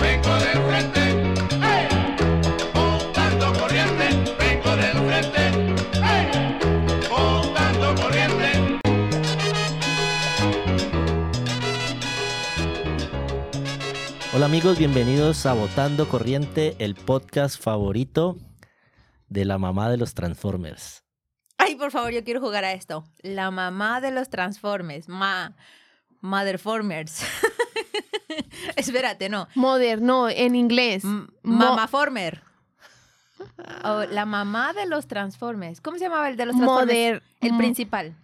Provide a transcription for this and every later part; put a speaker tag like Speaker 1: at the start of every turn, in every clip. Speaker 1: Vengo del frente, ¡ey! Montando corriente, vengo del frente, ¡ey! Montando corriente.
Speaker 2: Hola amigos, bienvenidos a Botando Corriente, el podcast favorito de la mamá de los Transformers.
Speaker 3: Ay, por favor, yo quiero jugar a esto. La mamá de los Transformers. Ma. Motherformers. Espérate, no.
Speaker 4: Moderno, en inglés.
Speaker 3: M-
Speaker 4: Mo-
Speaker 3: Mamaformer. O la mamá de los Transformers. ¿Cómo se llamaba el de los Transformers?
Speaker 4: Moder.
Speaker 3: El
Speaker 4: mo-
Speaker 3: principal.
Speaker 4: Mm.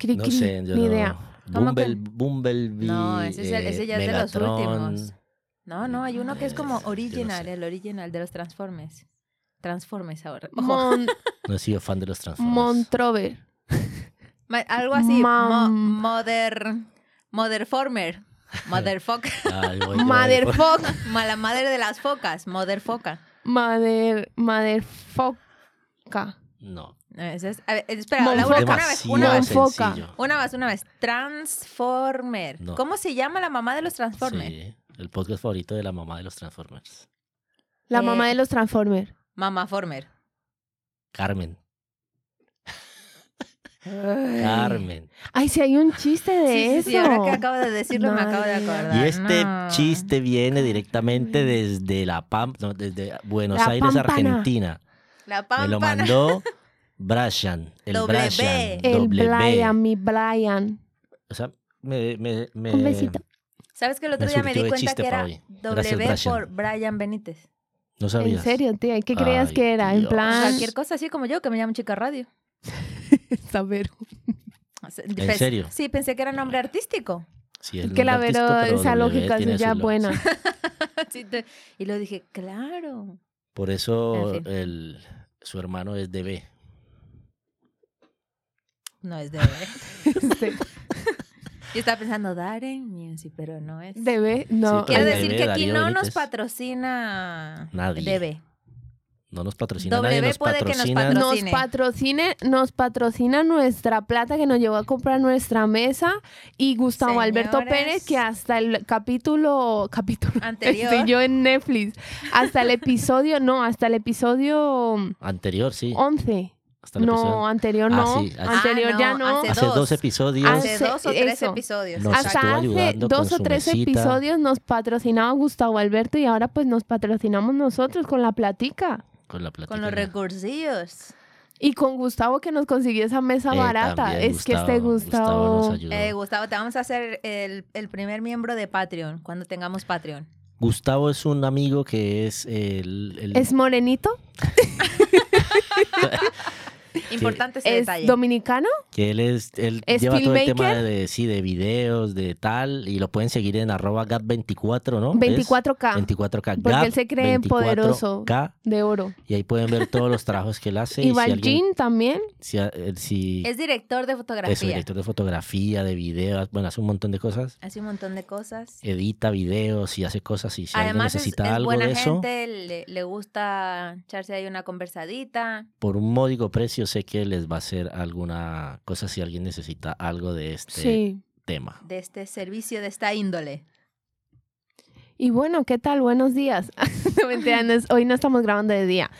Speaker 4: cri-
Speaker 2: No
Speaker 4: cri,
Speaker 2: sé, yo
Speaker 4: ni
Speaker 2: no.
Speaker 4: idea.
Speaker 3: ¿Cómo que-
Speaker 2: Bumble, Bumblebee.
Speaker 3: No, ese es el- ese ya es de los últimos. No, no, hay uno que es como
Speaker 2: Eh, yo no
Speaker 3: original,
Speaker 2: sé.
Speaker 3: el original de los Transformers. Transformes ahora. Ojo.
Speaker 4: Mon,
Speaker 2: No he sido fan de los Transformers.
Speaker 4: Montrover.
Speaker 3: Ma- algo así. Mo-
Speaker 4: Mam-
Speaker 3: mother. Motherformer. Motherfucker.
Speaker 2: Ay, voy yo, voy yo.
Speaker 4: Motherfuck.
Speaker 3: Ma- La madre de las focas. Motherfoca.
Speaker 4: Mother. Motherfucka.
Speaker 2: No,
Speaker 3: No, ese es- a ver, eh, espera, la
Speaker 4: Monfoca.
Speaker 3: última, una vez. Una
Speaker 2: demasiado
Speaker 3: vez.
Speaker 4: Monfoca.
Speaker 2: sencillo.
Speaker 3: Una más, una vez. Transformer.
Speaker 2: No.
Speaker 3: ¿Cómo se llama la mamá de los Transformers?
Speaker 2: Sí, el podcast favorito de la mamá de los Transformers.
Speaker 4: La
Speaker 3: Eh.
Speaker 4: mamá de los Transformers.
Speaker 3: Mamaformer.
Speaker 2: Carmen,
Speaker 3: Ay.
Speaker 2: Carmen.
Speaker 4: Ay, si hay un chiste de
Speaker 3: Sí, sí,
Speaker 4: eso.
Speaker 3: sí, ahora que acabo de decirlo, me acabo de
Speaker 4: Nadie.
Speaker 3: acordar.
Speaker 2: Y este
Speaker 3: No.
Speaker 2: chiste viene directamente desde la Pam- no, desde Buenos
Speaker 4: La
Speaker 2: Aires,
Speaker 4: Pampana.
Speaker 2: Argentina.
Speaker 3: La
Speaker 2: Me lo
Speaker 3: pámpana.
Speaker 2: mandó Brashan. El
Speaker 3: Doble
Speaker 2: Brashan.
Speaker 3: B.
Speaker 4: El
Speaker 2: doble B.
Speaker 4: Brian, mi Brian.
Speaker 2: O sea, me, me, me-
Speaker 4: Un besito.
Speaker 3: ¿Sabes que el otro
Speaker 2: Me
Speaker 3: día me di
Speaker 2: surtió de
Speaker 3: cuenta
Speaker 2: chiste
Speaker 3: que
Speaker 2: pa'
Speaker 3: era
Speaker 2: hoy.
Speaker 3: W
Speaker 2: Gracias,
Speaker 3: por Brian Benítez?
Speaker 2: No
Speaker 4: En
Speaker 2: sabías.
Speaker 4: serio, tía. ¿Qué creías
Speaker 2: Ay,
Speaker 4: que era? En
Speaker 2: Dios.
Speaker 4: plan.
Speaker 3: Cualquier cosa así como yo, que me llamo Chica Radio.
Speaker 4: Saber.
Speaker 3: O sea,
Speaker 2: ¿En serio?
Speaker 3: Sí, pensé que era nombre artístico.
Speaker 2: Sí, el
Speaker 4: Que la
Speaker 2: nombre artista,
Speaker 4: verdad,
Speaker 2: pero
Speaker 4: esa
Speaker 2: doble B
Speaker 4: lógica
Speaker 2: tiene
Speaker 4: suya
Speaker 2: su lo-
Speaker 4: buena.
Speaker 2: sí.
Speaker 3: Sí, te- y lo dije, claro.
Speaker 2: Por eso
Speaker 3: En fin.
Speaker 2: el, su hermano es de B.
Speaker 3: No es de
Speaker 4: Este,
Speaker 3: Yo estaba pensando Darren Music, pero no es.
Speaker 4: Debe. No.
Speaker 2: Sí,
Speaker 3: Quiero
Speaker 2: Ay,
Speaker 3: decir
Speaker 2: DB,
Speaker 3: que aquí
Speaker 2: Darío
Speaker 3: no nos
Speaker 2: Benítez.
Speaker 3: patrocina
Speaker 2: Nadie.
Speaker 3: DB.
Speaker 2: No nos patrocina
Speaker 3: Doble
Speaker 2: nadie,
Speaker 3: B
Speaker 2: nos
Speaker 3: puede que nos
Speaker 2: patrocina.
Speaker 3: patro-
Speaker 4: nos
Speaker 3: patrocine.
Speaker 4: patrocine, nos patrocina nuestra plata que nos llevó a comprar nuestra mesa y Gustavo Alberto
Speaker 3: Señores.
Speaker 4: Pérez que hasta el capítulo capítulo
Speaker 3: Anterior.
Speaker 4: estoy yo en Netflix, hasta el episodio no, hasta el episodio
Speaker 2: Anterior, sí.
Speaker 4: 11.
Speaker 2: Hasta el
Speaker 4: Oh, No,
Speaker 2: episodio.
Speaker 4: anterior
Speaker 2: Ah,
Speaker 4: no,
Speaker 2: sí, hace-
Speaker 4: anterior
Speaker 3: Ah, no,
Speaker 4: ya no.
Speaker 3: hace
Speaker 2: Hace dos,
Speaker 3: dos.
Speaker 2: episodios.
Speaker 4: Hace-
Speaker 3: Hace dos o tres
Speaker 4: eso.
Speaker 3: episodios.
Speaker 2: No,
Speaker 3: exacto.
Speaker 2: estuvo
Speaker 4: Hasta hace
Speaker 2: ayudando con
Speaker 4: dos o
Speaker 2: su
Speaker 4: tres
Speaker 2: mesita.
Speaker 4: episodios nos patrocinaba Gustavo Alberto y ahora pues nos patrocinamos nosotros con la platica.
Speaker 2: Con la platica.
Speaker 3: Con los recursillos.
Speaker 4: Y con Gustavo que nos consiguió esa mesa
Speaker 2: Eh,
Speaker 4: barata.
Speaker 2: también
Speaker 4: Es que este Gustavo...
Speaker 2: nos ayudó.
Speaker 3: Eh, Gustavo, te vamos a hacer el, el primer miembro de Patreon cuando tengamos Patreon.
Speaker 2: Gustavo es un amigo que es el... el-
Speaker 4: Es morenito,
Speaker 3: Importante ese
Speaker 4: es
Speaker 3: detalle.
Speaker 4: dominicano.
Speaker 2: que él es... Él
Speaker 4: ¿Es
Speaker 2: lleva todo el tema
Speaker 4: filmmaker?
Speaker 2: de, sí, de videos, de tal, y lo pueden seguir en arroba gat24, ¿no? ¿Es?
Speaker 4: 24K
Speaker 2: 24K.
Speaker 4: Porque él se cree poderoso.
Speaker 2: K,
Speaker 4: de oro.
Speaker 2: y ahí pueden ver todos los trabajos que él hace.
Speaker 4: y
Speaker 2: si alguien-
Speaker 4: Valjean también.
Speaker 2: si, a- eh, si
Speaker 3: Es director de fotografía.
Speaker 2: es director de fotografía, de videos, bueno, hace un montón de cosas.
Speaker 3: Hace un montón de cosas.
Speaker 2: Edita videos y hace cosas. Y si alguien
Speaker 3: Además, es,
Speaker 2: necesita
Speaker 3: es
Speaker 2: algo
Speaker 3: buena
Speaker 2: de eso,
Speaker 3: gente, le, le gusta echarse ahí una conversadita.
Speaker 2: por un módico precio, sé que les va a hacer alguna cosa si alguien necesita algo de este
Speaker 4: Sí.
Speaker 2: tema.
Speaker 3: de este servicio, de esta índole.
Speaker 4: Y bueno, ¿qué tal? Buenos días. No, mentira, no es- hoy no estamos grabando de día.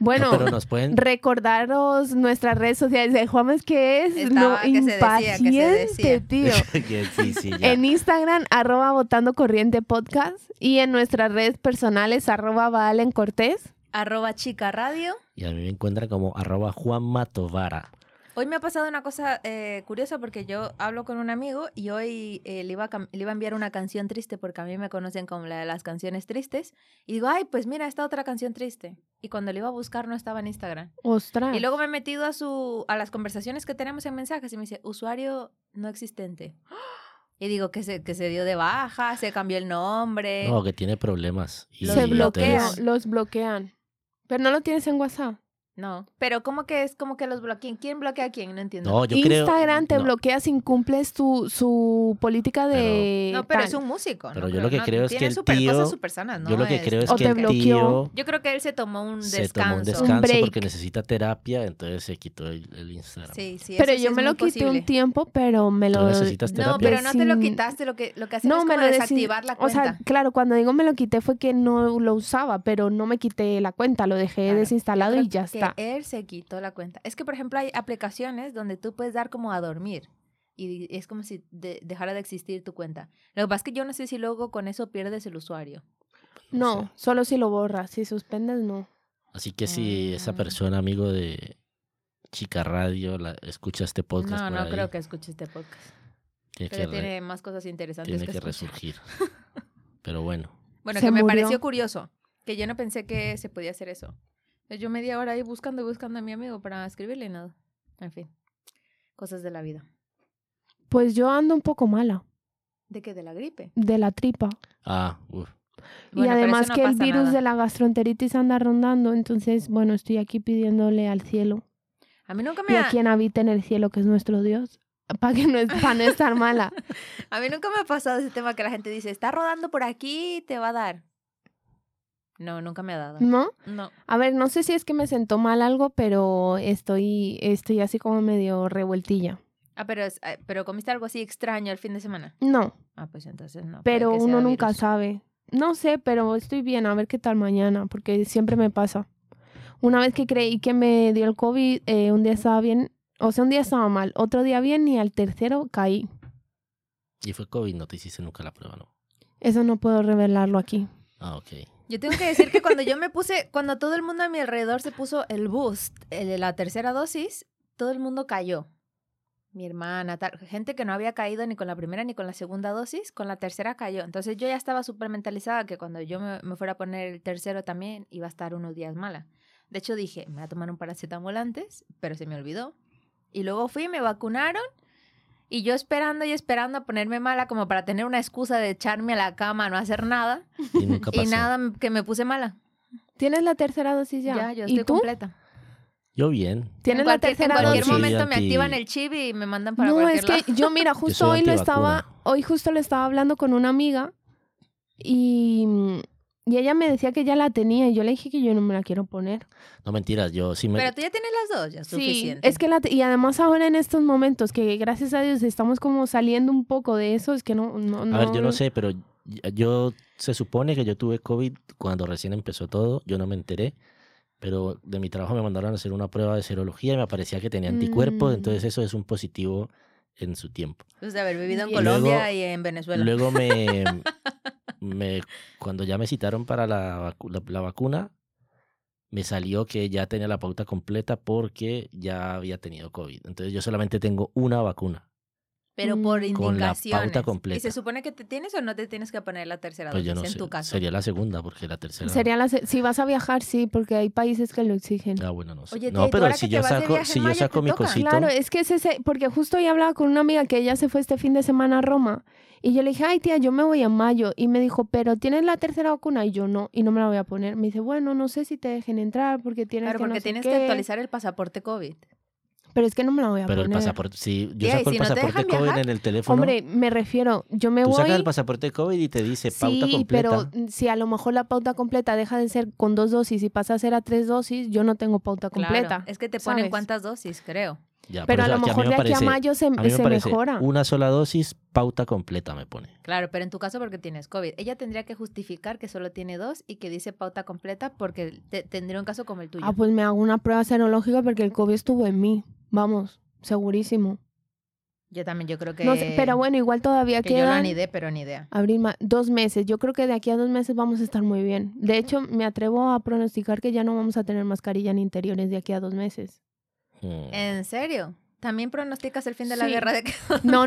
Speaker 4: Bueno,
Speaker 2: No, pero nos pueden.
Speaker 4: recordaros nuestras redes sociales de Juanes que es
Speaker 3: Estaba
Speaker 4: no,
Speaker 3: que se decía, que se
Speaker 4: impaciente,
Speaker 3: decía.
Speaker 4: tío.
Speaker 2: Que sí, sí, ya.
Speaker 4: En Instagram, arroba votando corriente podcast. Y en nuestras redes personales, arroba Valen Cortés.
Speaker 3: Arroba chica radio.
Speaker 2: Y a mí me encuentran como arroba Juan Matovara.
Speaker 3: Hoy me ha pasado una cosa eh, curiosa porque yo hablo con un amigo y hoy eh, le, iba a cam- le iba a enviar una canción triste porque a mí me conocen como la de las canciones tristes. Y digo, ay, pues mira, esta otra canción triste. Y cuando le iba a buscar no estaba en Instagram.
Speaker 4: Ostras.
Speaker 3: Y
Speaker 2: Ah.
Speaker 3: luego me he metido a, su, a las conversaciones que tenemos en mensajes y me dice, usuario no existente. Y digo que se, que se dio de baja, se cambió el nombre.
Speaker 2: No, que tiene problemas. Y
Speaker 3: Los
Speaker 4: se
Speaker 2: entonces-
Speaker 4: bloquean,
Speaker 3: bloquean.
Speaker 4: los bloquean. Pero no lo tienes en WhatsApp.
Speaker 3: No. Pero ¿cómo que es como que los bloquean? ¿Quién bloquea a quién? No entiendo.
Speaker 2: No, yo creo.
Speaker 4: Instagram te
Speaker 2: no,
Speaker 4: bloquea si incumples tu, su política de...
Speaker 3: No, pero
Speaker 4: tal.
Speaker 3: es un músico. ¿no?
Speaker 2: Pero yo lo que
Speaker 3: no-
Speaker 2: creo es que
Speaker 3: tiene
Speaker 2: el
Speaker 3: super-
Speaker 2: tío-
Speaker 3: cosas súper sanas, ¿no?
Speaker 2: Yo lo que creo es
Speaker 4: O
Speaker 2: que
Speaker 4: te
Speaker 2: el
Speaker 4: bloqueó.
Speaker 2: tío
Speaker 3: Yo creo que él se tomó un
Speaker 2: se
Speaker 3: descanso.
Speaker 2: tomó un
Speaker 4: Un
Speaker 2: descanso
Speaker 4: break.
Speaker 2: porque necesita terapia, entonces se quitó el, el Instagram.
Speaker 3: Sí, sí,
Speaker 4: Pero
Speaker 3: eso sí
Speaker 4: yo
Speaker 3: es
Speaker 4: me
Speaker 3: muy
Speaker 4: lo quité
Speaker 3: posible.
Speaker 4: un tiempo, pero me
Speaker 2: Tú
Speaker 4: lo...
Speaker 2: necesitas
Speaker 3: No,
Speaker 2: terapia.
Speaker 3: pero no te lo
Speaker 4: sin-
Speaker 3: quitaste, lo que, lo que hacen
Speaker 4: No,
Speaker 3: es
Speaker 4: me
Speaker 3: como
Speaker 4: lo desi-
Speaker 3: desactivar la
Speaker 4: O
Speaker 3: cuenta.
Speaker 4: sea, claro, cuando digo me lo quité fue que no lo usaba, pero no me quité la cuenta, lo dejé
Speaker 3: Claro,
Speaker 4: desinstalado
Speaker 3: Creo
Speaker 4: y ya
Speaker 3: que
Speaker 4: está.
Speaker 3: él se quitó la cuenta. Es que, por ejemplo, hay aplicaciones donde tú puedes dar como a dormir. Y es como si de- dejara de existir tu cuenta. Lo que pasa es que yo no sé si luego con eso pierdes el usuario.
Speaker 4: No,
Speaker 2: Sí.
Speaker 4: solo si lo borras, si suspendes no.
Speaker 2: Así que si esa
Speaker 3: Mm.
Speaker 2: persona, amigo de Chica Radio, la, escucha este podcast,
Speaker 3: no,
Speaker 2: por
Speaker 3: no
Speaker 2: ahí,
Speaker 3: creo que escuche este podcast.
Speaker 2: tiene que,
Speaker 3: Pero
Speaker 2: re-
Speaker 3: tiene más cosas interesantes
Speaker 2: tiene que
Speaker 3: escuchar.
Speaker 2: resurgir. pero bueno,
Speaker 3: Bueno,
Speaker 4: Se
Speaker 3: que me
Speaker 4: murió.
Speaker 3: pareció curioso, que yo no pensé que se podía hacer eso. Entonces, Yo media hora ahí buscando y buscando a mi amigo para escribirle y nada. En fin, cosas de la vida.
Speaker 4: Pues yo ando un poco mala
Speaker 3: ¿De qué? De la gripe.
Speaker 4: de la tripa.
Speaker 2: ah, uf,
Speaker 4: y
Speaker 3: Bueno, pero
Speaker 4: además
Speaker 3: eso no
Speaker 4: que el
Speaker 3: pasa
Speaker 4: virus
Speaker 3: nada.
Speaker 4: de la gastroenteritis anda rondando, entonces, bueno, estoy aquí pidiéndole al cielo
Speaker 3: A mí nunca
Speaker 4: y
Speaker 3: me
Speaker 4: a
Speaker 3: ha...
Speaker 4: quien habita en el cielo, que es nuestro Dios, para que no, es- pa' no estar mala.
Speaker 3: a mí nunca me ha pasado ese tema que la gente dice, está rodando por aquí, te va a dar. No, nunca me ha dado.
Speaker 4: ¿No?
Speaker 3: No.
Speaker 4: A ver, no sé si es que me sentó mal algo, pero estoy, estoy así como medio revueltilla.
Speaker 3: Ah, pero, es- ah, pero comiste algo así extraño el fin de semana.
Speaker 4: No,
Speaker 3: Ah, pues entonces no. puede
Speaker 4: pero
Speaker 3: que sea
Speaker 4: uno nunca
Speaker 3: virus.
Speaker 4: sabe. No sé, pero estoy bien, a ver qué tal mañana, porque siempre me pasa. Una vez que creí que me dio el COVID, eh, un día estaba bien, o sea, un día estaba mal, otro día bien y al tercero caí.
Speaker 2: y fue COVID, no te hiciste nunca la prueba, ¿no?
Speaker 4: Eso no puedo revelarlo aquí.
Speaker 2: Ah, ok.
Speaker 3: Yo tengo que decir que cuando yo me puse, cuando todo el mundo a mi alrededor se puso el boost, el de la tercera dosis, todo el mundo cayó. Mi hermana, tal, gente que no había caído ni con la primera ni con la segunda dosis, con la tercera cayó. Entonces yo ya estaba súper mentalizada que cuando yo me, me fuera a poner el tercero también iba a estar unos días mala. De hecho dije, me voy a tomar un paracetamol antes, pero se me olvidó. Y luego fui, me vacunaron y yo esperando y esperando a ponerme mala como para tener una excusa de echarme a la cama, no hacer nada.
Speaker 2: Y nunca pasó.
Speaker 3: Y nada, m- que me puse mala.
Speaker 4: ¿Tienes la tercera dosis ya?
Speaker 3: Ya, yo
Speaker 4: ¿Y
Speaker 3: estoy
Speaker 4: tú?
Speaker 3: completa.
Speaker 2: Yo bien.
Speaker 4: ¿Tienes
Speaker 3: en
Speaker 4: la
Speaker 3: cualquier, en
Speaker 4: tercera
Speaker 3: cualquier
Speaker 4: dosis?
Speaker 2: Sí,
Speaker 3: momento me
Speaker 2: anti-
Speaker 3: activan el chip y me mandan para
Speaker 4: No,
Speaker 3: cualquier
Speaker 4: es que
Speaker 3: lado.
Speaker 4: yo, mira, justo
Speaker 2: soy
Speaker 4: hoy lo
Speaker 2: antivacuna.
Speaker 4: estaba, hoy justo lo estaba hablando con una amiga y, y ella me decía que ya la tenía y yo le dije que yo no me la quiero poner.
Speaker 2: No mentiras, yo sí me.
Speaker 3: Pero tú ya tienes las dos, ya es suficiente.
Speaker 4: es que la, te- y además ahora en estos momentos que gracias a Dios estamos como saliendo un poco de eso, es que no, no,
Speaker 2: A ver, yo no sé, pero y- yo se supone que yo tuve COVID cuando recién empezó todo, yo no me enteré, pero de mi trabajo me mandaron a hacer una prueba de serología y me aparecía que tenía anticuerpos,
Speaker 4: Mm.
Speaker 2: entonces eso es un positivo en su tiempo.
Speaker 3: Pues de haber vivido en
Speaker 4: Y
Speaker 3: Colombia
Speaker 2: luego-
Speaker 3: y en Venezuela.
Speaker 2: Luego me, me- cuando ya me citaron para la, vacu- la- la vacuna, me salió que ya tenía la pauta completa porque ya había tenido COVID. Entonces yo solamente tengo una vacuna.
Speaker 3: pero por
Speaker 4: Mm.
Speaker 2: Con la pauta
Speaker 3: indicaciones. ¿Y
Speaker 2: completa.
Speaker 3: se supone que te tienes o no te tienes que poner la tercera
Speaker 2: Pues yo
Speaker 3: dosis
Speaker 2: no
Speaker 3: en
Speaker 2: sé,
Speaker 3: tu caso?
Speaker 2: sería la segunda porque la tercera...
Speaker 4: Sería la se- si vas a viajar, sí, porque hay países que lo exigen.
Speaker 2: Ah, bueno, no sé.
Speaker 3: Oye, tía,
Speaker 2: no,
Speaker 3: ¿y tú ahora
Speaker 2: pero
Speaker 3: que
Speaker 2: si
Speaker 3: te
Speaker 2: yo
Speaker 3: vas de
Speaker 2: saco,
Speaker 3: viaje en
Speaker 2: si yo
Speaker 3: mayo,
Speaker 2: saco
Speaker 3: te
Speaker 2: mi
Speaker 3: toca? eh,
Speaker 2: cosito,
Speaker 4: Claro, es que es ese, porque justo hoy hablaba con una amiga que ella se fue este fin de semana a Roma y yo le dije, ay tía, yo me voy en mayo y me dijo, pero ¿tienes la tercera vacuna? Y yo no, y no me la voy a poner. Me dice, bueno, no sé si te dejen entrar porque tienes
Speaker 3: Claro,
Speaker 4: que no
Speaker 3: porque
Speaker 4: sé
Speaker 3: tienes
Speaker 4: qué".
Speaker 3: que actualizar el pasaporte COVID.
Speaker 4: Pero es que no me la voy a
Speaker 2: pero el
Speaker 4: poner.
Speaker 2: pasaporte, si yo
Speaker 3: Tía, ¿y
Speaker 2: saco
Speaker 3: si
Speaker 2: el
Speaker 3: no te
Speaker 2: pasaporte
Speaker 3: dejan
Speaker 2: COVID
Speaker 3: viajar?
Speaker 2: en el teléfono,
Speaker 4: Hombre, me refiero, yo me
Speaker 2: tú
Speaker 4: voy...
Speaker 2: sacas el pasaporte COVID y te dice pauta
Speaker 4: sí,
Speaker 2: completa.
Speaker 4: pero si a lo mejor la pauta completa deja de ser con dos dosis y pasa a ser a tres dosis, yo no tengo pauta
Speaker 3: Claro,
Speaker 4: completa.
Speaker 3: Es que te ponen
Speaker 4: ¿sabes?
Speaker 3: cuántas dosis, creo.
Speaker 2: Ya, por
Speaker 4: Pero a
Speaker 2: eso
Speaker 4: lo
Speaker 2: aquí
Speaker 4: mejor
Speaker 2: mí me
Speaker 4: de aquí
Speaker 2: parece-
Speaker 4: a mayo se,
Speaker 2: a mí me
Speaker 4: se
Speaker 2: parece
Speaker 4: mejora.
Speaker 2: Una sola dosis, pauta completa me pone.
Speaker 3: Claro, pero en tu caso porque tienes COVID. Ella tendría que justificar que solo tiene dos y que dice pauta completa porque te- tendría un caso como el tuyo.
Speaker 4: Ah, pues me hago una prueba serológica porque el COVID estuvo en mí. Vamos, segurísimo.
Speaker 3: Yo también, yo creo que...
Speaker 4: No sé, pero bueno, igual todavía
Speaker 3: Que yo lo
Speaker 4: quedan
Speaker 3: anidé, pero ni idea.
Speaker 4: abril, ma- dos meses. Yo creo que de aquí a dos meses vamos a estar muy bien. De hecho, me atrevo a pronosticar que ya no vamos a tener mascarilla en interiores de aquí a dos meses.
Speaker 2: Mm.
Speaker 3: ¿En serio? ¿También pronosticas el fin de la
Speaker 4: Sí.
Speaker 3: guerra de que-
Speaker 4: No,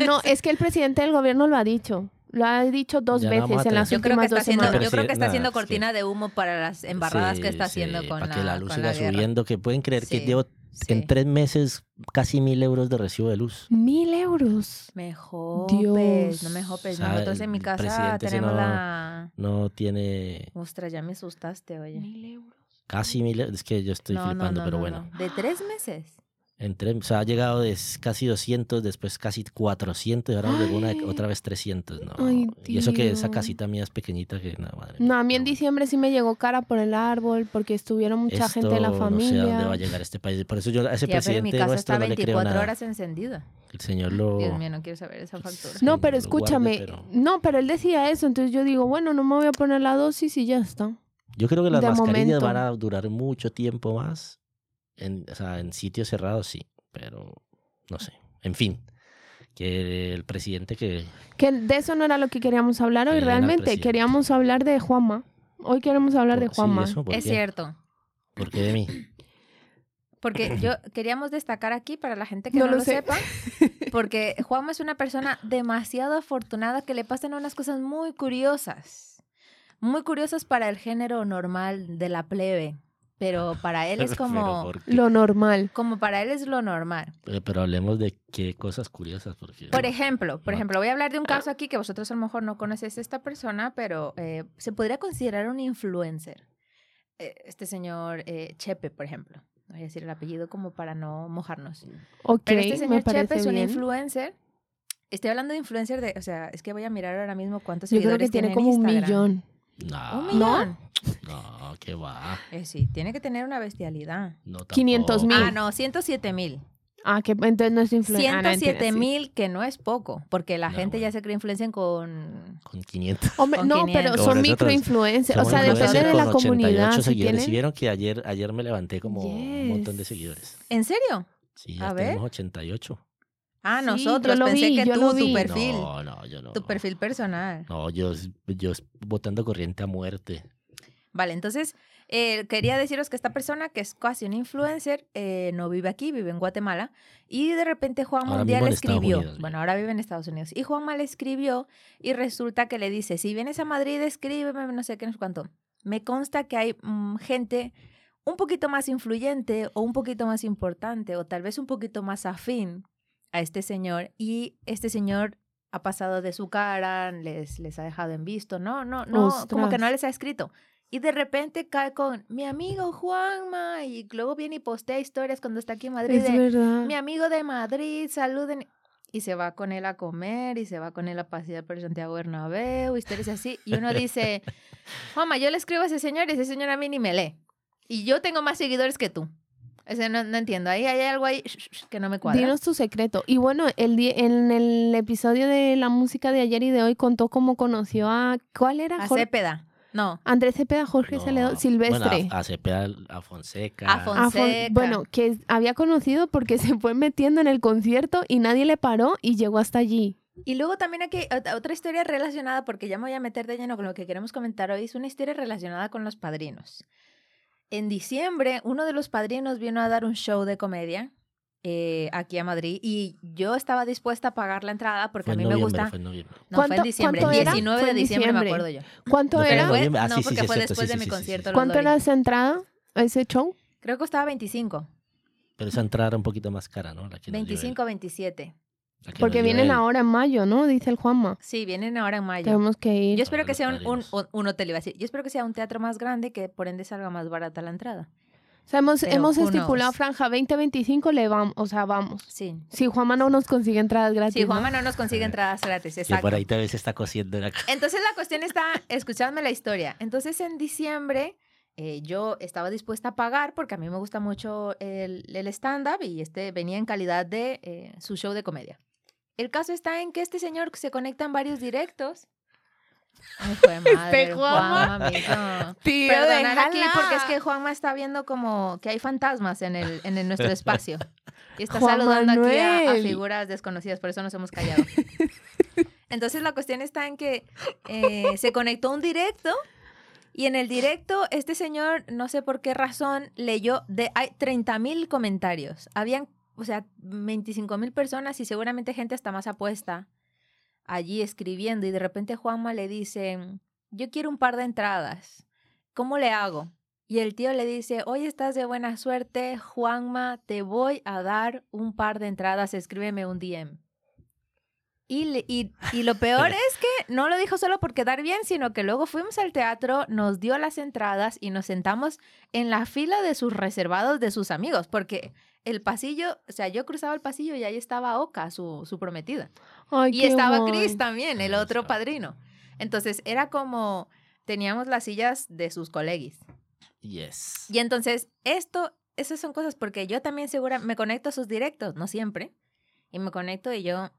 Speaker 4: no, es que el presidente del gobierno lo ha dicho. Lo ha dicho dos
Speaker 2: Ya no vamos
Speaker 4: veces
Speaker 2: a
Speaker 4: en las
Speaker 2: tener-
Speaker 3: Yo creo que
Speaker 4: últimas
Speaker 3: está
Speaker 4: dos
Speaker 3: haciendo,
Speaker 4: semanas.
Speaker 3: yo creo que está
Speaker 2: Nada,
Speaker 3: haciendo
Speaker 2: es que-
Speaker 3: cortina de humo para las embarradas
Speaker 2: Sí,
Speaker 3: que está
Speaker 2: sí,
Speaker 3: haciendo con
Speaker 2: para
Speaker 3: la,
Speaker 2: que la luz
Speaker 3: con
Speaker 2: siga
Speaker 3: guerra.
Speaker 2: subiendo, que pueden creer que
Speaker 3: Sí,
Speaker 2: llevo
Speaker 3: Sí.
Speaker 2: en tres meses casi mil euros de recibo de luz.
Speaker 4: Mil euros.
Speaker 3: Me jopes, no me
Speaker 4: Dios.
Speaker 3: jopes.
Speaker 2: O sea,
Speaker 3: Nosotros
Speaker 2: el
Speaker 3: en mi casa
Speaker 2: presidente, si
Speaker 3: tenemos
Speaker 2: no-
Speaker 3: la...
Speaker 2: No tiene...
Speaker 3: Ostras, ya me asustaste, oye.
Speaker 4: Mil euros.
Speaker 2: Casi mil, es que yo estoy
Speaker 3: No, no,
Speaker 2: flipando,
Speaker 3: no,
Speaker 2: pero
Speaker 3: no,
Speaker 2: bueno.
Speaker 3: no. ¿De tres meses?
Speaker 2: En tres- o sea, ha llegado de s- casi 200, después casi 400 y ahora llegó una,
Speaker 4: Ay.
Speaker 2: otra vez 300. No.
Speaker 4: Ay,
Speaker 2: y eso que esa
Speaker 4: tío.
Speaker 2: casita mía es pequeñita que no, madre.
Speaker 4: No, a mí en
Speaker 2: no.
Speaker 4: diciembre sí me llegó cara por el árbol porque estuvieron mucha gente de la
Speaker 2: Esto No sé a dónde va a
Speaker 4: familia.
Speaker 2: llegar este país. Por eso yo a ese
Speaker 3: Tía, pero mi
Speaker 2: presidente
Speaker 3: casa
Speaker 2: nuestro
Speaker 3: está
Speaker 2: no le creo
Speaker 3: 24
Speaker 2: nada.
Speaker 3: horas encendida.
Speaker 2: El señor lo...
Speaker 3: Dios mío, no quiero saber esa factura.
Speaker 4: No,
Speaker 2: Sí,
Speaker 4: pero
Speaker 2: lo
Speaker 4: escúchame.
Speaker 2: guarde, pero-
Speaker 4: No, pero él decía eso, entonces yo digo, bueno, no me voy a poner la dosis y ya está.
Speaker 2: Yo creo que las
Speaker 4: De
Speaker 2: mascarillas
Speaker 4: momento.
Speaker 2: van a durar mucho tiempo más. En, o sea, en sitios cerrados sí, pero no sé. En fin, que el presidente que...
Speaker 4: Que de eso no era lo que queríamos hablar hoy,
Speaker 2: Elena,
Speaker 4: realmente.
Speaker 2: presidente.
Speaker 4: Queríamos hablar de Juanma. Hoy queremos hablar de
Speaker 2: Oh, Sí,
Speaker 4: Juanma.
Speaker 2: eso, ¿por
Speaker 3: Es
Speaker 2: qué?
Speaker 3: cierto.
Speaker 2: ¿Por qué de mí?
Speaker 3: Porque yo queríamos destacar aquí para la gente que
Speaker 4: No
Speaker 3: no,
Speaker 4: lo
Speaker 3: lo,
Speaker 4: sé.
Speaker 3: sepa, porque Juanma es una persona demasiado afortunada que le pasan unas cosas muy curiosas. Muy curiosas para el género normal de la plebe, pero para él es
Speaker 2: Pero,
Speaker 3: como
Speaker 2: ¿por qué?
Speaker 4: Lo normal.
Speaker 3: como para él es lo normal.
Speaker 2: Pero- pero hablemos de qué cosas curiosas. Porque...
Speaker 3: Por ejemplo, por
Speaker 2: No.
Speaker 3: ejemplo, voy a hablar de un caso aquí que vosotros a lo mejor no conocéis esta persona, pero eh, se podría considerar un influencer. Eh, Este señor eh, Chepe, por ejemplo. Voy a decir el apellido como para no mojarnos.
Speaker 4: Ok,
Speaker 3: Pero este
Speaker 4: me
Speaker 3: señor
Speaker 4: parece
Speaker 3: Chepe es un
Speaker 4: bien.
Speaker 3: influencer. Estoy hablando de influencer de, o sea, es que voy a mirar ahora mismo cuántos
Speaker 4: Yo creo
Speaker 3: seguidores
Speaker 4: que tiene
Speaker 3: en
Speaker 4: como un
Speaker 3: Instagram.
Speaker 4: millón.
Speaker 3: Un
Speaker 2: No,
Speaker 3: millón.
Speaker 2: no, que va.
Speaker 3: Eh, sí, tiene que tener una bestialidad.
Speaker 2: No,
Speaker 4: 500.000.
Speaker 2: tampoco.
Speaker 3: Ah, no, 107 mil.
Speaker 4: Ah, que entonces no es influencer. Ah, no, mentira,
Speaker 3: 107
Speaker 4: sí.
Speaker 3: mil, que no es poco, porque la
Speaker 2: No,
Speaker 3: gente
Speaker 2: bueno.
Speaker 3: ya se cree influencer con...
Speaker 2: Con 500.
Speaker 4: Hombre,
Speaker 3: Con
Speaker 4: no,
Speaker 3: 500.
Speaker 4: pero
Speaker 2: Sobre
Speaker 4: son
Speaker 2: todo,
Speaker 4: microinfluencers. O
Speaker 2: Somos
Speaker 4: sea, depende
Speaker 2: influencers
Speaker 4: de la
Speaker 2: con 88
Speaker 4: comunidad. Si
Speaker 2: seguidores.
Speaker 4: tienen-
Speaker 2: Si vieron que ayer, ayer me levanté como un montón de
Speaker 4: Yes.
Speaker 2: seguidores.
Speaker 3: ¿En serio?
Speaker 2: Sí,
Speaker 3: A
Speaker 2: ya
Speaker 3: ver.
Speaker 2: tenemos 88.
Speaker 3: Ah,
Speaker 4: Sí,
Speaker 3: nosotros,
Speaker 4: yo lo
Speaker 3: pensé
Speaker 4: vi,
Speaker 3: que
Speaker 4: yo
Speaker 3: tú,
Speaker 4: lo vi.
Speaker 3: tu perfil,
Speaker 2: No, no, yo no.
Speaker 3: tu perfil personal.
Speaker 2: No, yo, es- yo es votando corriente a muerte.
Speaker 3: Vale, entonces eh, quería deciros que esta persona, que es casi un influencer, eh, no vive aquí, vive en Guatemala. Y de repente Juan
Speaker 2: Ahora
Speaker 3: Mundial
Speaker 2: mismo en
Speaker 3: le
Speaker 2: Estados
Speaker 3: escribió.
Speaker 2: Unidos,
Speaker 3: bueno,
Speaker 2: mira.
Speaker 3: ahora vive en Estados Unidos. Y Juanma le escribió y resulta que le dice: Si vienes a Madrid, escríbeme, no sé qué, no sé cuánto. Me consta que hay mm, gente un poquito más influyente o un poquito más importante o tal vez un poquito más afín a este señor. Y este señor ha pasado de su cara, les, les ha dejado en visto, no, no, no, como que no
Speaker 4: Ostras.
Speaker 3: les ha escrito. Y de repente cae con mi amigo Juanma y luego viene y postea historias cuando está aquí en Madrid.
Speaker 4: Es
Speaker 3: de,
Speaker 4: verdad.
Speaker 3: mi amigo de Madrid, saluden. Y se va con él a comer y se va con él a pasear por Santiago Bernabéu, historias así. Y uno dice, Juanma, yo le escribo a ese señor y ese señor a mí ni me lee. Y yo tengo más seguidores que tú. O sea, no, no entiendo. Ahí hay algo ahí que no me cuadra.
Speaker 4: Dinos tu secreto. Y bueno, el di- en el episodio de la música de ayer y de hoy contó cómo conoció a. ¿Cuál era?
Speaker 3: A
Speaker 4: Jor-
Speaker 3: Cepeda. No,
Speaker 4: Andrés Cepeda, Jorge
Speaker 2: No.
Speaker 4: Saledo, Silvestre.
Speaker 2: Bueno, a, a Cepeda, a Fonseca.
Speaker 3: A Fonseca.
Speaker 4: A Fon- bueno, que había conocido porque se fue metiendo en el concierto y nadie le paró y llegó hasta allí.
Speaker 3: Y luego también aquí ot- otra historia relacionada, porque ya me voy a meter de lleno con lo que queremos comentar hoy, es una historia relacionada con los padrinos. En diciembre, uno de los padrinos vino a dar un show de comedia eh, aquí a Madrid y yo estaba dispuesta a pagar la entrada porque
Speaker 2: Fue
Speaker 3: a
Speaker 2: en
Speaker 3: mí me
Speaker 2: noviembre,
Speaker 3: gusta...
Speaker 2: fue en noviembre.
Speaker 3: No, fue
Speaker 4: ¿Cuánto-
Speaker 3: en diciembre,
Speaker 4: cuánto era?
Speaker 3: 19
Speaker 4: Fue
Speaker 3: de
Speaker 4: en
Speaker 3: diciembre, me
Speaker 4: diciembre.
Speaker 3: acuerdo yo.
Speaker 4: ¿Cuánto
Speaker 2: No, pero
Speaker 4: era?
Speaker 3: Fue-
Speaker 2: noviembre, ah,
Speaker 3: no,
Speaker 2: sí, sí,
Speaker 3: porque
Speaker 2: sí,
Speaker 3: fue
Speaker 2: es cierto,
Speaker 3: después de
Speaker 2: sí, sí,
Speaker 3: mi
Speaker 2: sí, sí,
Speaker 3: concierto.
Speaker 2: sí.
Speaker 3: lo
Speaker 4: ¿Cuánto
Speaker 3: doy.
Speaker 4: era esa entrada? ¿Ese show?
Speaker 3: Creo que costaba 25,
Speaker 2: Pero esa entrada era un poquito más cara, ¿no? La que nos dio él,
Speaker 3: 25 27.
Speaker 2: la que
Speaker 4: Porque
Speaker 2: nos dio
Speaker 4: vienen
Speaker 2: él.
Speaker 4: ahora en mayo, ¿no? Dice el Juanma.
Speaker 3: Sí, vienen ahora en mayo.
Speaker 4: Tenemos que
Speaker 3: Yo
Speaker 4: ir.
Speaker 3: espero que
Speaker 2: los
Speaker 3: sea un, un,
Speaker 2: padrinos.
Speaker 3: un- un hotel, iba a decir. Yo espero que sea un teatro más grande que por ende salga más barata la entrada.
Speaker 4: O sea, hemos,
Speaker 3: pero
Speaker 4: hemos
Speaker 3: who
Speaker 4: estipulado
Speaker 3: knows.
Speaker 4: franja 20-25, le vamos. O sea, vamos.
Speaker 3: Sí.
Speaker 4: Si Juanma no nos consigue entradas gratis.
Speaker 3: Sí,
Speaker 4: ¿no?
Speaker 3: Juanma no nos consigue entradas gratis,
Speaker 2: Que
Speaker 3: exacto.
Speaker 2: Eh, por ahí tal vez se está cosiendo la
Speaker 3: Entonces la cuestión está, escuchadme la historia. Entonces en diciembre eh, yo estaba dispuesta a pagar porque a mí me gusta mucho el, el stand-up y este venía en calidad de eh, su show de comedia. El caso está en que este señor se conecta en varios directos. Ay, fue madre, el
Speaker 4: Este Juanma.
Speaker 3: Juanma, amigo.
Speaker 4: Tío,
Speaker 3: Perdonad aquí
Speaker 4: déjala.
Speaker 3: porque es que Juanma está viendo como que hay fantasmas en, el, en el- nuestro espacio. Y está
Speaker 4: Juan
Speaker 3: saludando aquí a- a,
Speaker 4: Manuel.
Speaker 3: figuras desconocidas, por eso nos hemos callado. Entonces la cuestión está en que eh, se conectó un directo y en el directo este señor, no sé por qué razón, leyó de hay 30.000 comentarios. Habían, o sea, 25.000 personas y seguramente gente hasta más apuesta allí escribiendo y de repente Juanma le dice, yo quiero un par de entradas, ¿cómo le hago? Y el tío le dice, hoy estás de buena suerte, Juanma, te voy a dar un par de entradas, escríbeme un DM. Y, le- y, y lo peor es que no lo dijo solo por quedar bien, sino que luego fuimos al teatro, nos dio las entradas y nos sentamos en la fila de sus reservados de sus amigos, porque el pasillo, o sea, yo cruzaba el pasillo y ahí estaba Oka, su, su prometida.
Speaker 4: Ay,
Speaker 3: Y
Speaker 4: qué
Speaker 3: estaba
Speaker 4: guay.
Speaker 3: Chris también, el
Speaker 2: Ah,
Speaker 3: otro
Speaker 2: está.
Speaker 3: padrino. Entonces era como, teníamos las sillas de sus coleguis.
Speaker 2: Yes.
Speaker 3: Y entonces, esto, esas son cosas, porque yo también segura, me conecto a sus directos, no siempre, y me conecto y yo,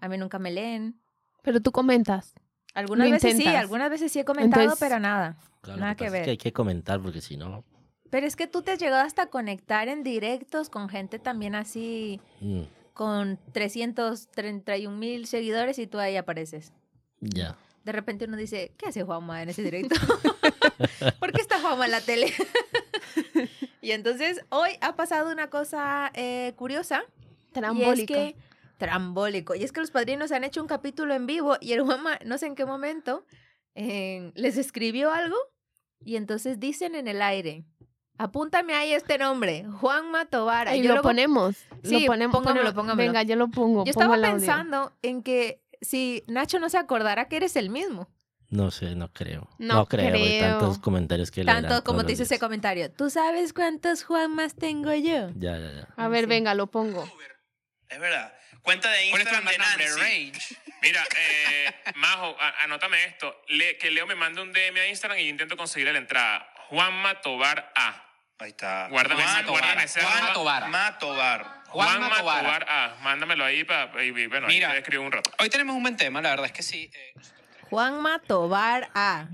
Speaker 3: a mí nunca me leen.
Speaker 4: Pero tú comentas.
Speaker 3: Algunas
Speaker 4: Lo
Speaker 3: veces sí,
Speaker 4: intentas.
Speaker 3: algunas veces sí he comentado,
Speaker 4: Entonces-
Speaker 3: pero nada.
Speaker 2: Claro,
Speaker 3: nada
Speaker 2: lo que
Speaker 3: que
Speaker 2: pasa es
Speaker 3: ver.
Speaker 2: que hay que comentar porque si no...
Speaker 3: Pero es que tú te has llegado hasta a conectar en directos con gente también así,
Speaker 2: mm,
Speaker 3: con 331 mil seguidores y tú ahí apareces.
Speaker 2: ya.
Speaker 3: De repente uno dice, ¿qué hace Juanma en ese directo? ¿Por qué está Juanma en la tele? y entonces hoy ha pasado una cosa eh, curiosa. Y es
Speaker 4: Trambólica.
Speaker 3: que, trambólico. Y es que los padrinos han hecho un capítulo en vivo y el mamá, no sé en qué momento, eh, les escribió algo y entonces dicen en el aire. Apúntame ahí este nombre, Juanma Tovara.
Speaker 4: Y
Speaker 3: yo
Speaker 4: lo,
Speaker 3: luego-
Speaker 4: ponemos.
Speaker 3: Sí,
Speaker 4: lo ponemos.
Speaker 3: póngamelo,
Speaker 4: ponelo.
Speaker 3: póngamelo.
Speaker 4: Venga, yo lo pongo.
Speaker 3: Yo
Speaker 4: pongo
Speaker 3: estaba
Speaker 4: el audio.
Speaker 3: pensando en que si Nacho no se acordará que eres el mismo.
Speaker 2: No sé, no creo.
Speaker 4: No
Speaker 2: No, creo. hay tantos
Speaker 4: creo.
Speaker 2: comentarios que le
Speaker 3: Tanto
Speaker 2: harán
Speaker 3: como
Speaker 2: todos
Speaker 3: te
Speaker 2: los
Speaker 3: hizo ese
Speaker 2: días.
Speaker 3: comentario. ¿Tú sabes cuántos Juanmas tengo yo?
Speaker 2: Ya, ya, ya.
Speaker 4: A ver,
Speaker 3: Sí.
Speaker 4: venga, lo pongo.
Speaker 5: Es verdad. Cuenta de
Speaker 6: ¿Cuál es tu
Speaker 5: Instagram de
Speaker 6: number
Speaker 5: Nancy.
Speaker 6: range?
Speaker 7: Mira, eh, Majo, a- anótame esto. Le- que Leo me mande un DM a Instagram y yo intento conseguirle la entrada. Juanma Tobar A.
Speaker 5: Ahí está.
Speaker 7: Guárdame
Speaker 5: Juan
Speaker 7: ese- guárdame
Speaker 5: Tobar.
Speaker 7: ese
Speaker 5: Juan
Speaker 7: arroba.
Speaker 5: Tobar. Ma Tobar.
Speaker 6: Juanma Tobar.
Speaker 7: A. Mándamelo ahí para... Y, y bueno, ahí
Speaker 6: Mira.
Speaker 7: te escribo un rato.
Speaker 6: Hoy tenemos un buen tema, la verdad es que sí. eh,
Speaker 3: Juanma Tobar A.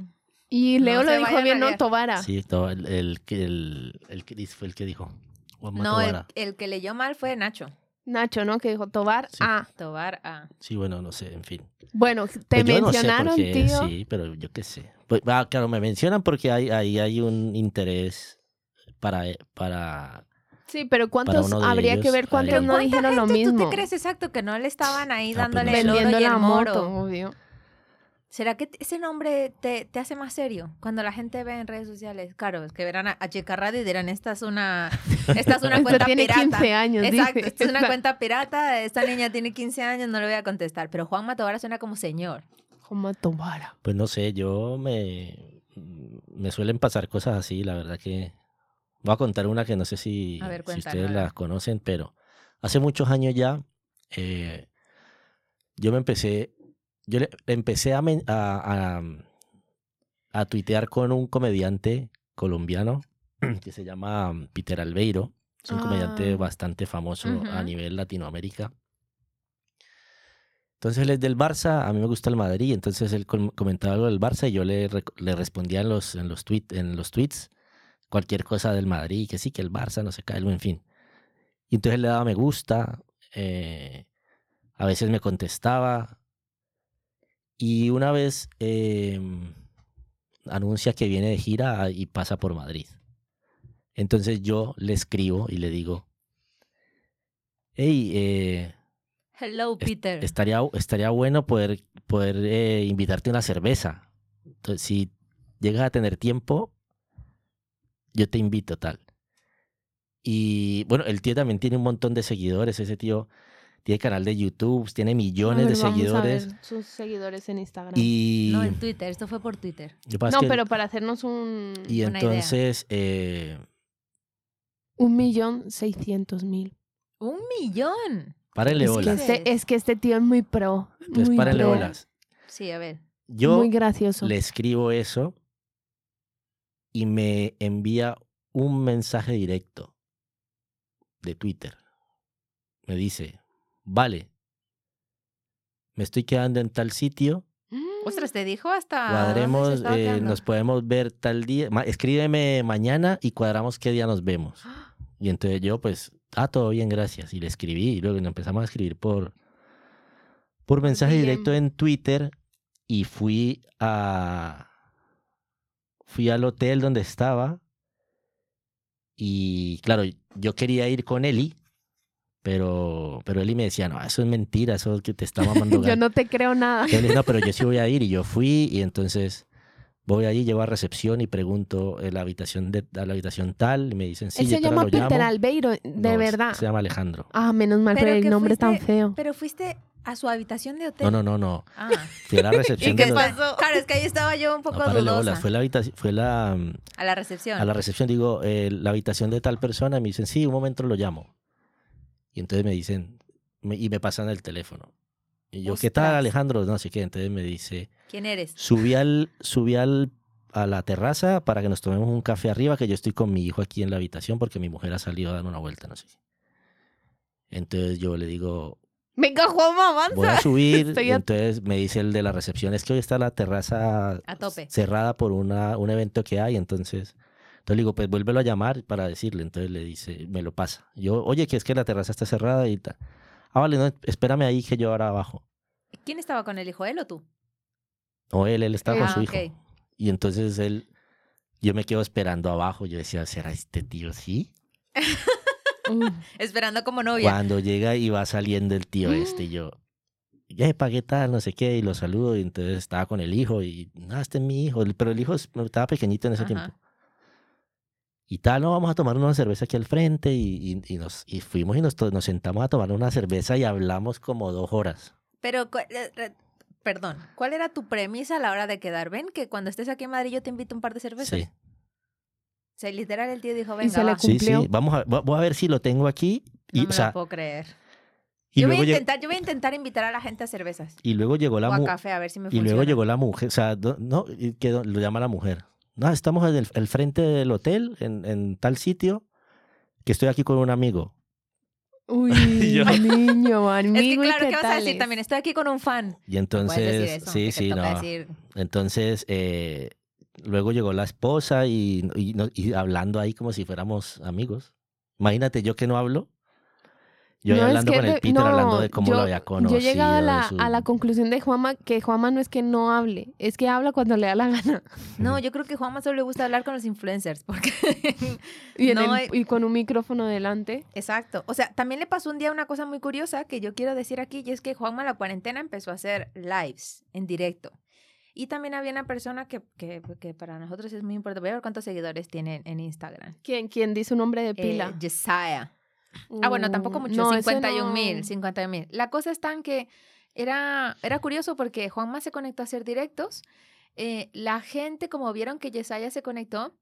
Speaker 4: Y
Speaker 3: No
Speaker 4: Leo
Speaker 3: se
Speaker 4: lo dijo
Speaker 3: vayan a
Speaker 4: bien, ¿no?
Speaker 3: liar.
Speaker 4: Tobara.
Speaker 2: Sí, todo el, el, el, el que dice- fue el que dijo. Juanma
Speaker 3: No, el,
Speaker 2: Tobara.
Speaker 3: el que leyó mal fue Nacho.
Speaker 4: Nacho, ¿no? Que dijo Tobar.
Speaker 2: Sí.
Speaker 4: Ah,
Speaker 3: Tobar A.
Speaker 2: Sí, bueno, no sé, en fin.
Speaker 4: bueno, te
Speaker 2: Pues yo no sé
Speaker 4: mencionaron,
Speaker 2: por qué,
Speaker 4: tío.
Speaker 2: Sí, pero yo qué sé. Pues, ah, claro, me mencionan porque hay- ahí hay, un interés para... para
Speaker 4: Sí, pero ¿cuántos
Speaker 2: uno de
Speaker 4: habría que
Speaker 2: ellos,
Speaker 4: ver cuántos
Speaker 2: ahí.
Speaker 4: no
Speaker 3: ¿Cuánta
Speaker 4: dijeron lo
Speaker 3: ¿Tú-
Speaker 4: mismo?
Speaker 3: ¿Tú te crees exacto que no le estaban ahí
Speaker 2: Ah, pues no
Speaker 3: dándole
Speaker 2: sé.
Speaker 3: el oro
Speaker 4: Vendiendo
Speaker 3: y el
Speaker 4: la moto,
Speaker 3: moro?
Speaker 4: obvio.
Speaker 3: ¿Será que t- ese nombre te, te hace más serio? Cuando la gente ve en redes sociales, claro, es que verán a, a Chica Radio y dirán, esta es una, esta es una
Speaker 4: Esta
Speaker 3: cuenta
Speaker 4: tiene
Speaker 3: pirata.
Speaker 4: 15 años.
Speaker 3: Exacto,
Speaker 4: dice.
Speaker 3: esta es una
Speaker 4: Exacto.
Speaker 3: cuenta pirata, esta niña tiene 15 años, no le voy a contestar. Pero Juan Matovara suena como señor.
Speaker 4: Como Tobara.
Speaker 2: Pues no sé, yo me... mm, Me suelen pasar cosas así, la verdad que... Voy a contar una que no sé si,
Speaker 3: A ver,
Speaker 2: si
Speaker 3: cuéntanos,
Speaker 2: ustedes
Speaker 3: a ver.
Speaker 2: la conocen, pero hace muchos años ya eh, yo me empecé... Yo le, empecé a, men- a, mm, a, a tuitear con un comediante colombiano que se llama um, Peter Albeiro. Es un comediante
Speaker 4: Ah.
Speaker 2: bastante famoso a
Speaker 3: Ujú.
Speaker 2: nivel Latinoamérica. Entonces él es del Barça, a mí me gusta el Madrid, entonces él com- comentaba algo del Barça y yo le, rec- le respondía en los, en, los tweet, en los tweets cualquier cosa del Madrid, que sí, que el Barça, no sé qué, algo, en fin. Y entonces le daba me gusta, eh, a veces me contestaba. Y una vez eh, anuncia que viene de gira a- y pasa por Madrid. Entonces yo le escribo y le digo, hey, eh,
Speaker 3: Hello,
Speaker 2: es-
Speaker 3: Peter.
Speaker 2: estaría, estaría bueno poder, poder eh, invitarte a una cerveza. Entonces, si llegas a tener tiempo, yo te invito tal. Y bueno, el tío también tiene un montón de seguidores. Ese tío tiene canal de YouTube, tiene millones
Speaker 4: A
Speaker 2: de
Speaker 4: ver, vamos a
Speaker 2: seguidores.
Speaker 4: ver sus seguidores en Instagram.
Speaker 2: Y,
Speaker 3: No, en Twitter, esto fue por Twitter.
Speaker 2: lo que pasa es
Speaker 4: no,
Speaker 2: que-
Speaker 4: pero para hacernos un,
Speaker 2: y
Speaker 3: una idea.
Speaker 2: entonces, eh,
Speaker 4: un millón seiscientos mil.
Speaker 3: ¡Un millón!
Speaker 2: párenle
Speaker 4: Es que,
Speaker 2: olas.
Speaker 4: este, es que este tío es muy pro.
Speaker 2: Entonces,
Speaker 4: muy
Speaker 2: párenle
Speaker 4: pro,
Speaker 2: olas.
Speaker 3: Sí, a ver.
Speaker 2: Yo
Speaker 4: muy gracioso.
Speaker 2: le escribo eso y me envía un mensaje directo de Twitter. Me dice, vale, me estoy quedando en tal sitio,
Speaker 4: Mm.
Speaker 3: Ostras, te dijo hasta... dónde se
Speaker 2: cuadremos,
Speaker 3: estaba
Speaker 2: eh,
Speaker 3: quedando.
Speaker 2: nos podemos ver tal día, ma- escríbeme mañana y cuadramos qué día nos vemos. Y entonces yo pues, ah, todo bien, gracias. Y le escribí y luego nos empezamos a escribir por, por mensaje
Speaker 4: DM.
Speaker 2: directo en Twitter y fui a... Fui al hotel donde estaba y claro, yo quería ir con Eli, pero, pero Eli me decía, no, eso es mentira, eso que te está mamando.
Speaker 4: Yo
Speaker 2: gallo".
Speaker 4: no te creo nada.
Speaker 2: Yo le dije, no, pero yo sí voy a ir. Y yo fui y entonces voy allí, llego a recepción y pregunto en la habitación de a la habitación tal y me dicen, sí,
Speaker 4: Él
Speaker 2: yo
Speaker 4: se llama
Speaker 2: lo
Speaker 4: Peter
Speaker 2: llamo.
Speaker 4: Albeiro, de
Speaker 2: No, se-
Speaker 4: verdad.
Speaker 2: Se llama Alejandro.
Speaker 4: Ah, menos mal,
Speaker 3: Pero
Speaker 4: pero el
Speaker 3: que
Speaker 4: nombre tan
Speaker 3: fuiste-
Speaker 4: feo.
Speaker 3: Pero fuiste a su habitación de hotel.
Speaker 2: No, no, no, no.
Speaker 3: Ah.
Speaker 2: Fui a la recepción
Speaker 8: ¿Y
Speaker 2: del
Speaker 8: qué
Speaker 2: hotel.
Speaker 8: pasó?
Speaker 3: Claro, es que ahí estaba yo un
Speaker 2: No,
Speaker 3: poco
Speaker 2: párale
Speaker 3: dudosa. Ah.
Speaker 2: bolas. Fue la habitación, fue la, mm,
Speaker 3: A la recepción.
Speaker 2: a la recepción, digo, eh, la habitación de tal persona, y me dicen, sí, un momento lo llamo. Y entonces me dicen, me- y me pasan el teléfono. Y yo, ¿qué tal,
Speaker 3: Ostras.
Speaker 2: Alejandro? No sé qué. Entonces me dice,
Speaker 3: ¿Quién eres?
Speaker 2: subí al, subí al, a la terraza para que nos tomemos un café arriba, que yo estoy con mi hijo aquí en la habitación porque mi mujer ha salido a dar una vuelta, no sé. Entonces yo le digo,
Speaker 8: Venga, Juanma,
Speaker 2: voy a
Speaker 8: avanza.
Speaker 2: subir.
Speaker 8: Estoy
Speaker 2: y
Speaker 8: a-
Speaker 2: entonces me dice el de la recepción, es que hoy está la terraza
Speaker 3: A tope.
Speaker 2: cerrada por una, un evento que hay, entonces... Entonces le digo, pues vuélvelo a llamar para decirle. Entonces le dice, me lo pasa. Yo, oye, que es que la terraza está cerrada y tal. Ah, vale, no, espérame ahí que yo ahora abajo.
Speaker 3: ¿Quién estaba con el hijo, él o tú?
Speaker 2: O él, él estaba con
Speaker 3: Ah,
Speaker 2: su
Speaker 3: ok.
Speaker 2: hijo. Y entonces él, yo me quedo esperando abajo. Yo decía, ¿será este tío sí?
Speaker 3: Esperando como novia.
Speaker 2: Cuando llega y va saliendo el tío
Speaker 3: Mm.
Speaker 2: este, y yo, ya pagué tal, no sé qué, y lo saludo. Y entonces estaba con el hijo y, no, este es mi hijo. el- Pero el hijo es- estaba pequeñito en ese
Speaker 3: Ajá.
Speaker 2: tiempo. Y tal, no, vamos a tomar una cerveza aquí al frente. Y, y- y nos, y fuimos y nos, to- nos sentamos a tomar una cerveza y hablamos como dos horas.
Speaker 3: Pero, cu- eh, re- perdón, ¿cuál era tu premisa a la hora de quedar? Ven que cuando estés aquí en Madrid yo te invito un par de cervezas.
Speaker 2: Sí.
Speaker 3: O sea, literal el tío dijo, venga,
Speaker 4: se le
Speaker 3: va.
Speaker 4: cu-
Speaker 2: Sí, sí,
Speaker 4: Cumplió.
Speaker 2: vamos a, vo- voy a ver si lo tengo aquí.
Speaker 3: No
Speaker 2: Y,
Speaker 3: me
Speaker 2: o sea,
Speaker 3: lo puedo creer.
Speaker 2: y
Speaker 3: yo, voy a
Speaker 2: luego llegó-
Speaker 3: intentar, yo voy a intentar invitar a la gente a cervezas
Speaker 2: Y luego llegó la
Speaker 3: o a
Speaker 2: mu-
Speaker 3: café a ver si me
Speaker 2: y
Speaker 3: funciona.
Speaker 2: luego llegó la mujer, o sea, do- no, y quedó- lo llama la mujer. No, estamos en el, el frente del hotel, en, en tal sitio, que estoy aquí con un amigo.
Speaker 4: Uy,
Speaker 2: Yo-
Speaker 4: niño,
Speaker 3: Es que
Speaker 4: amigo, ¿y
Speaker 3: claro,
Speaker 4: qué
Speaker 3: ¿qué vas a decir
Speaker 4: tales?
Speaker 3: también? Estoy aquí con un fan.
Speaker 2: Y
Speaker 3: No
Speaker 2: entonces,
Speaker 3: Ah, puedes decir eso,
Speaker 2: sí,
Speaker 3: que
Speaker 2: sí,
Speaker 3: te toca
Speaker 2: no.
Speaker 3: decir,
Speaker 2: Entonces, eh, luego llegó la esposa y, y no- y hablando ahí como si fuéramos amigos. Imagínate yo que no hablo. Yo ahí
Speaker 4: No, es
Speaker 2: hablando
Speaker 4: que
Speaker 2: con el
Speaker 4: re-
Speaker 2: Peter, hablando
Speaker 4: no,
Speaker 2: de cómo
Speaker 4: yo-
Speaker 2: lo había conocido.
Speaker 4: Yo he llegado a
Speaker 2: de
Speaker 4: la,
Speaker 2: su-
Speaker 4: a la conclusión de Juanma que Juanma no es que no hable, es que habla cuando le da la gana.
Speaker 3: No, yo creo que Juanma solo le gusta hablar con los influencers porque
Speaker 4: Y, en
Speaker 3: No,
Speaker 4: el- y con un micrófono delante.
Speaker 3: Exacto. O sea, también le pasó un día una cosa muy curiosa que yo quiero decir aquí, y es que Juanma en la cuarentena empezó a hacer lives en directo. Y también había una persona que, que, que para nosotros es muy importante. Voy a ver cuántos seguidores tiene en Instagram.
Speaker 4: ¿Quién, quién dice un nombre de
Speaker 3: Eh,
Speaker 4: pila? Mm,
Speaker 3: Jesiah. Ah, bueno, tampoco mucho.
Speaker 4: No, ese
Speaker 3: 51
Speaker 4: no.
Speaker 3: mil, 51 mil. La cosa es tan que era, era curioso porque Juanma se conectó a hacer directos. eh, la gente, como vieron que Yesaya se conectó,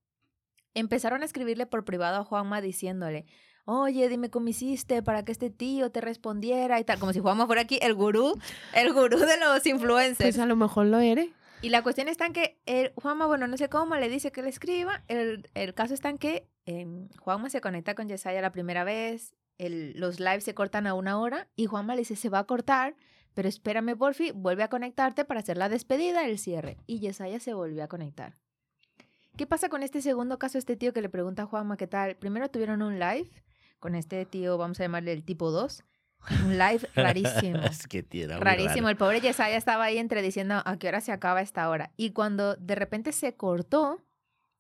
Speaker 3: empezaron a escribirle por privado a Juanma diciéndole, oye, dime cómo hiciste para que este tío te respondiera y tal. Como si Juanma fuera aquí el gurú, el gurú de los influencers.
Speaker 4: Pues a lo mejor lo eres.
Speaker 3: Y la cuestión está en que el, Juanma, bueno, no sé cómo, le dice que le escriba. El, el caso está en que em, Juanma se conecta con Yesaya la primera vez, el- los lives se cortan a una hora y Juanma le dice, se va a cortar, pero espérame, porfi, vuelve a conectarte para hacer la despedida, el cierre. Y Yesaya se volvió a conectar. ¿Qué pasa con este segundo caso, este tío que le pregunta a Juanma qué tal? Primero tuvieron un live con este tío, vamos a llamarle el tipo 2, un live rarísimo.
Speaker 2: es que tío, era muy
Speaker 3: Rarísimo,
Speaker 2: raro.
Speaker 3: el pobre Yesaya estaba ahí entre diciendo a qué hora se acaba esta hora. Y cuando de repente se cortó,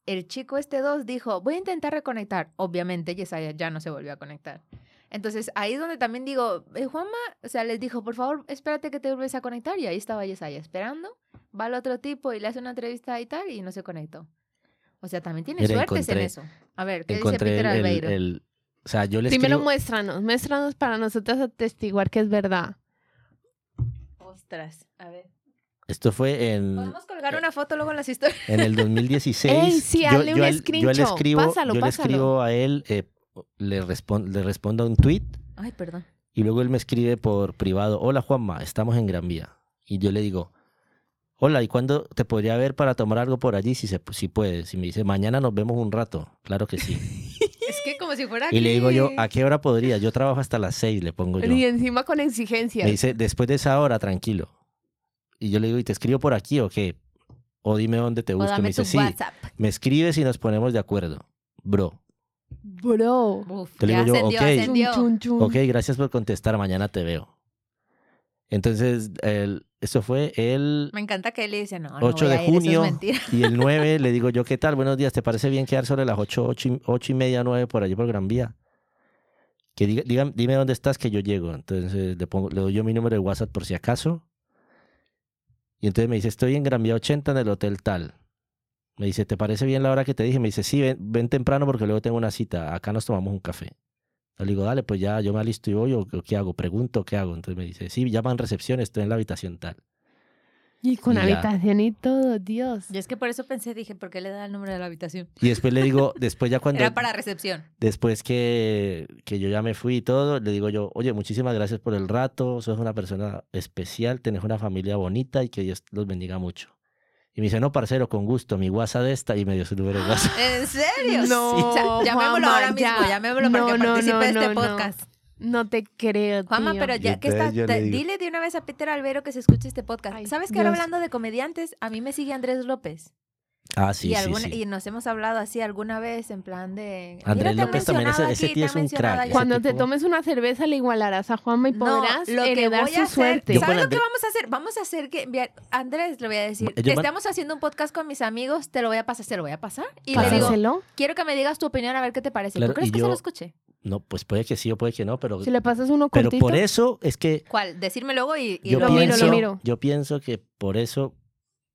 Speaker 3: el chico este 2 dijo, voy a intentar reconectar. Obviamente Yesaya ya no se volvió a conectar. Entonces ahí es donde también digo, eh, Juanma, o sea, les dijo, por favor, espérate que te vuelves a conectar. Y ahí estaba Yesaya esperando, va al otro tipo y le hace una entrevista y tal y no se conectó. O sea, también tiene
Speaker 2: Mira,
Speaker 3: suertes en
Speaker 2: encontré-
Speaker 3: eso. A ver, ¿qué dice
Speaker 2: Encontré
Speaker 3: Peter
Speaker 2: el, el-
Speaker 3: Albeiro?
Speaker 2: el- o sea, yo le
Speaker 4: Primero
Speaker 2: escribo-
Speaker 4: muéstranos, muéstranos para nosotros atestiguar que es verdad.
Speaker 3: Ostras, a ver.
Speaker 2: Esto fue en,
Speaker 3: Podemos colgar una foto luego en las historias.
Speaker 2: en el 2016.
Speaker 4: Ey, sí, hazle un
Speaker 2: al- yo le
Speaker 4: screenshot,
Speaker 2: escribo,
Speaker 4: pásalo,
Speaker 2: yo le
Speaker 4: pásalo.
Speaker 2: escribo a él, eh, le, respon- le respondo un tweet
Speaker 3: Ay, perdón.
Speaker 2: y luego él me escribe por privado, hola Juanma, estamos en Gran Vía. Y yo le digo, hola, ¿y cuándo te podría ver para tomar algo por allí si, se, si puedes? Y me dice, mañana nos vemos un rato. Claro que sí.
Speaker 3: Es que como si fuera
Speaker 2: Y le digo yo,
Speaker 3: aquí.
Speaker 2: ¿a qué hora podría? Yo trabajo hasta las seis, le pongo yo.
Speaker 4: Y encima con
Speaker 2: Me
Speaker 4: exigencias.
Speaker 2: dice, después de esa hora, tranquilo. Y yo le digo, ¿y te escribo por aquí o qué? O dime dónde te
Speaker 3: O
Speaker 2: busco. Y
Speaker 3: dame
Speaker 2: me dice,
Speaker 3: tu
Speaker 2: sí,
Speaker 3: WhatsApp.
Speaker 2: me escribes y nos ponemos de acuerdo. Bro,
Speaker 4: Bro.
Speaker 3: Uf,
Speaker 2: Te
Speaker 3: ya
Speaker 2: digo yo,
Speaker 3: ascendió,
Speaker 2: ok.
Speaker 4: Chun,
Speaker 3: ascendió.
Speaker 4: chun, chun.
Speaker 2: ok, gracias por contestar, mañana te veo. Entonces, el, eso fue el
Speaker 3: Me encanta que él le dice, no, no
Speaker 2: 8
Speaker 3: voy
Speaker 2: de
Speaker 3: a ir,
Speaker 2: junio
Speaker 3: eso es mentira.
Speaker 2: y el 9 le digo yo, ¿qué tal? Buenos días, ¿te parece bien quedar sobre las 8, 8 y, ocho y media, 9 por allí por Gran Vía? Que diga, diga- dime dónde estás que yo llego. Entonces le, pongo, le doy yo mi número de WhatsApp por si acaso. Y entonces me dice, estoy en Gran Vía 80 en el hotel tal. Me dice, ¿te parece bien la hora que te dije? Me dice, sí, ven, ven temprano porque luego tengo una cita. Acá nos tomamos un café. Le digo, dale, pues ya yo me alisto y voy, o o qué hago, pregunto, o qué hago. Entonces me dice, sí, llaman recepción, estoy en la habitación tal.
Speaker 4: Y con
Speaker 2: Ya.
Speaker 4: habitación y todo, Dios.
Speaker 3: Yo es que por eso pensé, dije, ¿por qué le da el número de la habitación?
Speaker 2: Y después le digo, después ya cuando,
Speaker 3: Era para recepción.
Speaker 2: después que, que yo ya me fui y todo, le digo yo, oye, muchísimas gracias por el rato, sos una persona especial, tenés una familia bonita y que Dios los bendiga mucho. Y me dice, no, parcero, con gusto, mi WhatsApp de esta, y me dio su número de WhatsApp.
Speaker 3: ¿En serio?
Speaker 4: No,
Speaker 3: O sea, llamémoslo
Speaker 4: Juanma,
Speaker 3: ahora mismo,
Speaker 4: ya.
Speaker 3: llamémoslo
Speaker 4: No,
Speaker 3: para que
Speaker 4: no,
Speaker 3: participe
Speaker 4: no,
Speaker 3: de este
Speaker 4: no, no.
Speaker 3: podcast.
Speaker 4: No te creo,
Speaker 3: Juanma,
Speaker 4: tío.
Speaker 3: pero ya
Speaker 8: Yo
Speaker 3: que
Speaker 8: te-
Speaker 3: estás,
Speaker 8: yo
Speaker 3: te-
Speaker 8: le digo.
Speaker 3: dile de una vez a Peter Albero que se escuche este podcast.
Speaker 4: Ay,
Speaker 3: ¿Sabes que ahora
Speaker 4: Dios.
Speaker 3: hablando de comediantes, a mí me sigue Andrés López?
Speaker 2: Ah, sí,
Speaker 3: y,
Speaker 2: sí,
Speaker 3: alguna-
Speaker 2: sí.
Speaker 3: y nos hemos hablado así alguna vez en plan de... "Mira,
Speaker 2: Andrés
Speaker 3: te han
Speaker 2: López también, ese-
Speaker 3: mencionado
Speaker 2: ese
Speaker 3: aquí,
Speaker 2: tío
Speaker 3: te
Speaker 2: es
Speaker 3: han
Speaker 2: un
Speaker 3: mencionado
Speaker 2: crack,
Speaker 3: allá".
Speaker 2: ese
Speaker 4: Cuando te
Speaker 2: tipo-
Speaker 4: tomes una cerveza le igualarás a Juanma y
Speaker 3: No,
Speaker 4: podrás
Speaker 3: lo que
Speaker 4: heredar
Speaker 3: voy
Speaker 4: su
Speaker 3: a hacer-
Speaker 4: suerte.
Speaker 2: Yo- con
Speaker 3: ¿Sabes lo que
Speaker 2: Andrés-
Speaker 3: vamos a hacer? Vamos a hacer que enviar- Andrés, le voy a decir,
Speaker 2: Ma- yo
Speaker 3: que
Speaker 2: man-
Speaker 3: estamos haciendo un podcast con mis amigos, te lo voy a pasar, se lo voy a pasar. Y le digo,
Speaker 4: Pásaselo.
Speaker 3: quiero que me digas tu opinión a ver qué te parece.
Speaker 2: Claro,
Speaker 3: ¿Tú crees
Speaker 2: y
Speaker 3: que se
Speaker 2: yo-
Speaker 3: lo escuche?
Speaker 2: No, pues puede que sí o puede que no, pero,
Speaker 4: Si le pasas uno
Speaker 2: pero
Speaker 4: cortito.
Speaker 2: por eso es que
Speaker 3: ¿Cuál? Decirme luego y, y
Speaker 2: yo,
Speaker 3: luego-
Speaker 4: lo miro, lo
Speaker 2: pienso,
Speaker 4: miro.
Speaker 2: yo pienso que por eso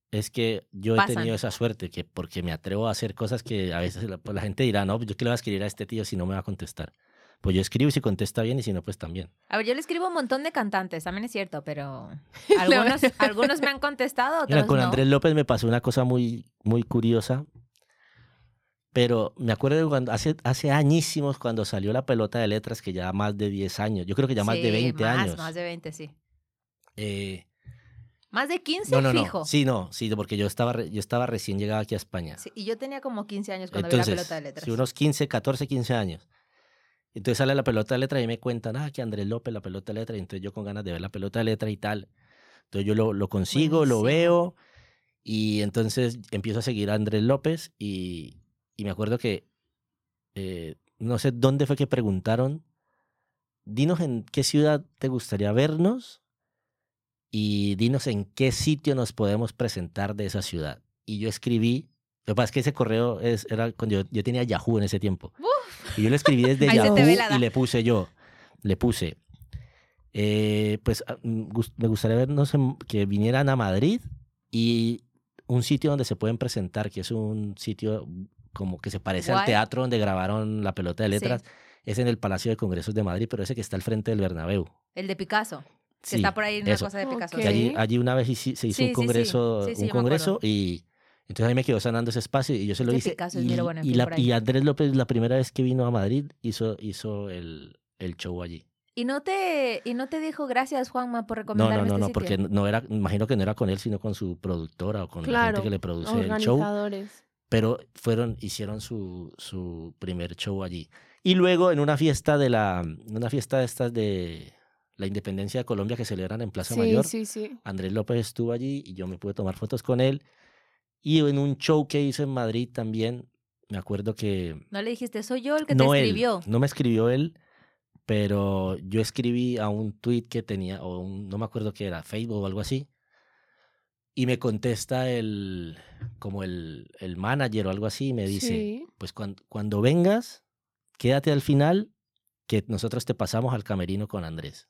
Speaker 2: es que yo he
Speaker 3: Pasan.
Speaker 2: tenido esa suerte, que porque me atrevo a hacer cosas que a veces la, pues la gente dirá, no, yo qué le voy a escribir a este tío si no me va a contestar. Pues yo escribo y si contesta bien y si no, pues también.
Speaker 3: A ver, yo le escribo un montón de cantantes, también es cierto, pero algunos, algunos me han contestado,
Speaker 2: Mira,
Speaker 3: otros
Speaker 2: con
Speaker 3: no.
Speaker 2: Andrés López me pasó una cosa muy, muy curiosa, pero me acuerdo de cuando, hace, hace añísimos cuando salió la pelota de letras, que ya más de 10 años, yo creo que ya más de
Speaker 3: Sí,
Speaker 2: 20
Speaker 3: más,
Speaker 2: años.
Speaker 3: Más de 20, sí.
Speaker 2: eh,
Speaker 3: Más de 15
Speaker 2: no, no,
Speaker 3: fijo.
Speaker 2: no. Sí, no, sí, porque yo estaba, re- yo estaba recién llegado aquí a España.
Speaker 3: Sí, y yo tenía como 15 años cuando vi
Speaker 2: Entonces,
Speaker 3: la pelota de letras.
Speaker 2: sí, unos 15, 14, 15 años. Entonces sale la pelota de letra y me cuentan, ah, que Andrés López, la pelota de letra. Y entonces yo con ganas de ver la pelota de letra y tal. Entonces yo lo, lo consigo,
Speaker 3: Buenísimo.
Speaker 2: lo veo. Y entonces empiezo a seguir a Andrés López. Y, y me acuerdo que eh, no sé dónde fue que preguntaron, dinos en qué ciudad te gustaría vernos y dinos en qué sitio nos podemos presentar de esa ciudad. Y yo escribí, lo que pasa es que ese correo es, era cuando yo, yo tenía Yahoo en ese tiempo. Y yo lo escribí desde
Speaker 3: Ahí se te
Speaker 2: Yahoo
Speaker 3: ve la edad.
Speaker 2: y le puse yo, le puse, eh, pues ah, mm, gus- me gustaría vernos en- que vinieran a Madrid y un sitio donde se pueden presentar, que es un sitio como que se parece al
Speaker 3: Guay.
Speaker 2: teatro donde grabaron la pelota de
Speaker 3: Sí.
Speaker 2: letras, es en el Palacio de Congresos de Madrid, pero ese que está al frente del Bernabéu.
Speaker 3: El de Picasso, que
Speaker 2: Sí,
Speaker 3: está por ahí en una
Speaker 2: eso.
Speaker 3: cosa de Picasso.
Speaker 4: Ok.
Speaker 2: Que allí, allí una vez hici- se hizo
Speaker 3: Sí, sí,
Speaker 2: un
Speaker 3: sí.
Speaker 2: congreso,
Speaker 3: Sí, sí,
Speaker 2: un
Speaker 3: yo me acuerdo.
Speaker 2: congreso y entonces ahí me quedó sanando ese espacio y yo se lo
Speaker 3: Es que
Speaker 2: hice.
Speaker 3: Picasso es
Speaker 2: y,
Speaker 3: mero bueno en
Speaker 2: y
Speaker 3: fin
Speaker 2: la-
Speaker 3: por ahí.
Speaker 2: y Andrés López la primera vez que vino a Madrid hizo, hizo el, el show allí.
Speaker 3: Y no te y no te dijo gracias Juanma por
Speaker 2: No,
Speaker 3: recomendarme
Speaker 2: no, no,
Speaker 3: este
Speaker 2: no,
Speaker 3: sitio"?
Speaker 2: porque no era, imagino que no era con él, sino con su productora o con la
Speaker 4: Claro,
Speaker 2: gente que le produce el show.
Speaker 4: Organizadores.
Speaker 2: pero fueron, hicieron su, su primer show allí. Y luego en una fiesta de la, en una fiesta de estas de la independencia de Colombia que celebran en Plaza
Speaker 4: Sí,
Speaker 2: Mayor,
Speaker 4: sí, sí.
Speaker 2: Andrés López estuvo allí y yo me pude tomar fotos con él. Y en un show que hizo en Madrid también, me acuerdo que
Speaker 3: No le dijiste, soy yo el que
Speaker 2: no
Speaker 3: te
Speaker 2: él,
Speaker 3: escribió.
Speaker 2: no me escribió él, pero yo escribí a un tweet que tenía, o un- no me acuerdo qué era, Facebook o algo así, y me contesta el, como el, el manager o algo así, y me dice,
Speaker 4: Sí.
Speaker 2: pues cuan- cuando, vengas, quédate al final, que nosotros te pasamos al camerino con Andrés,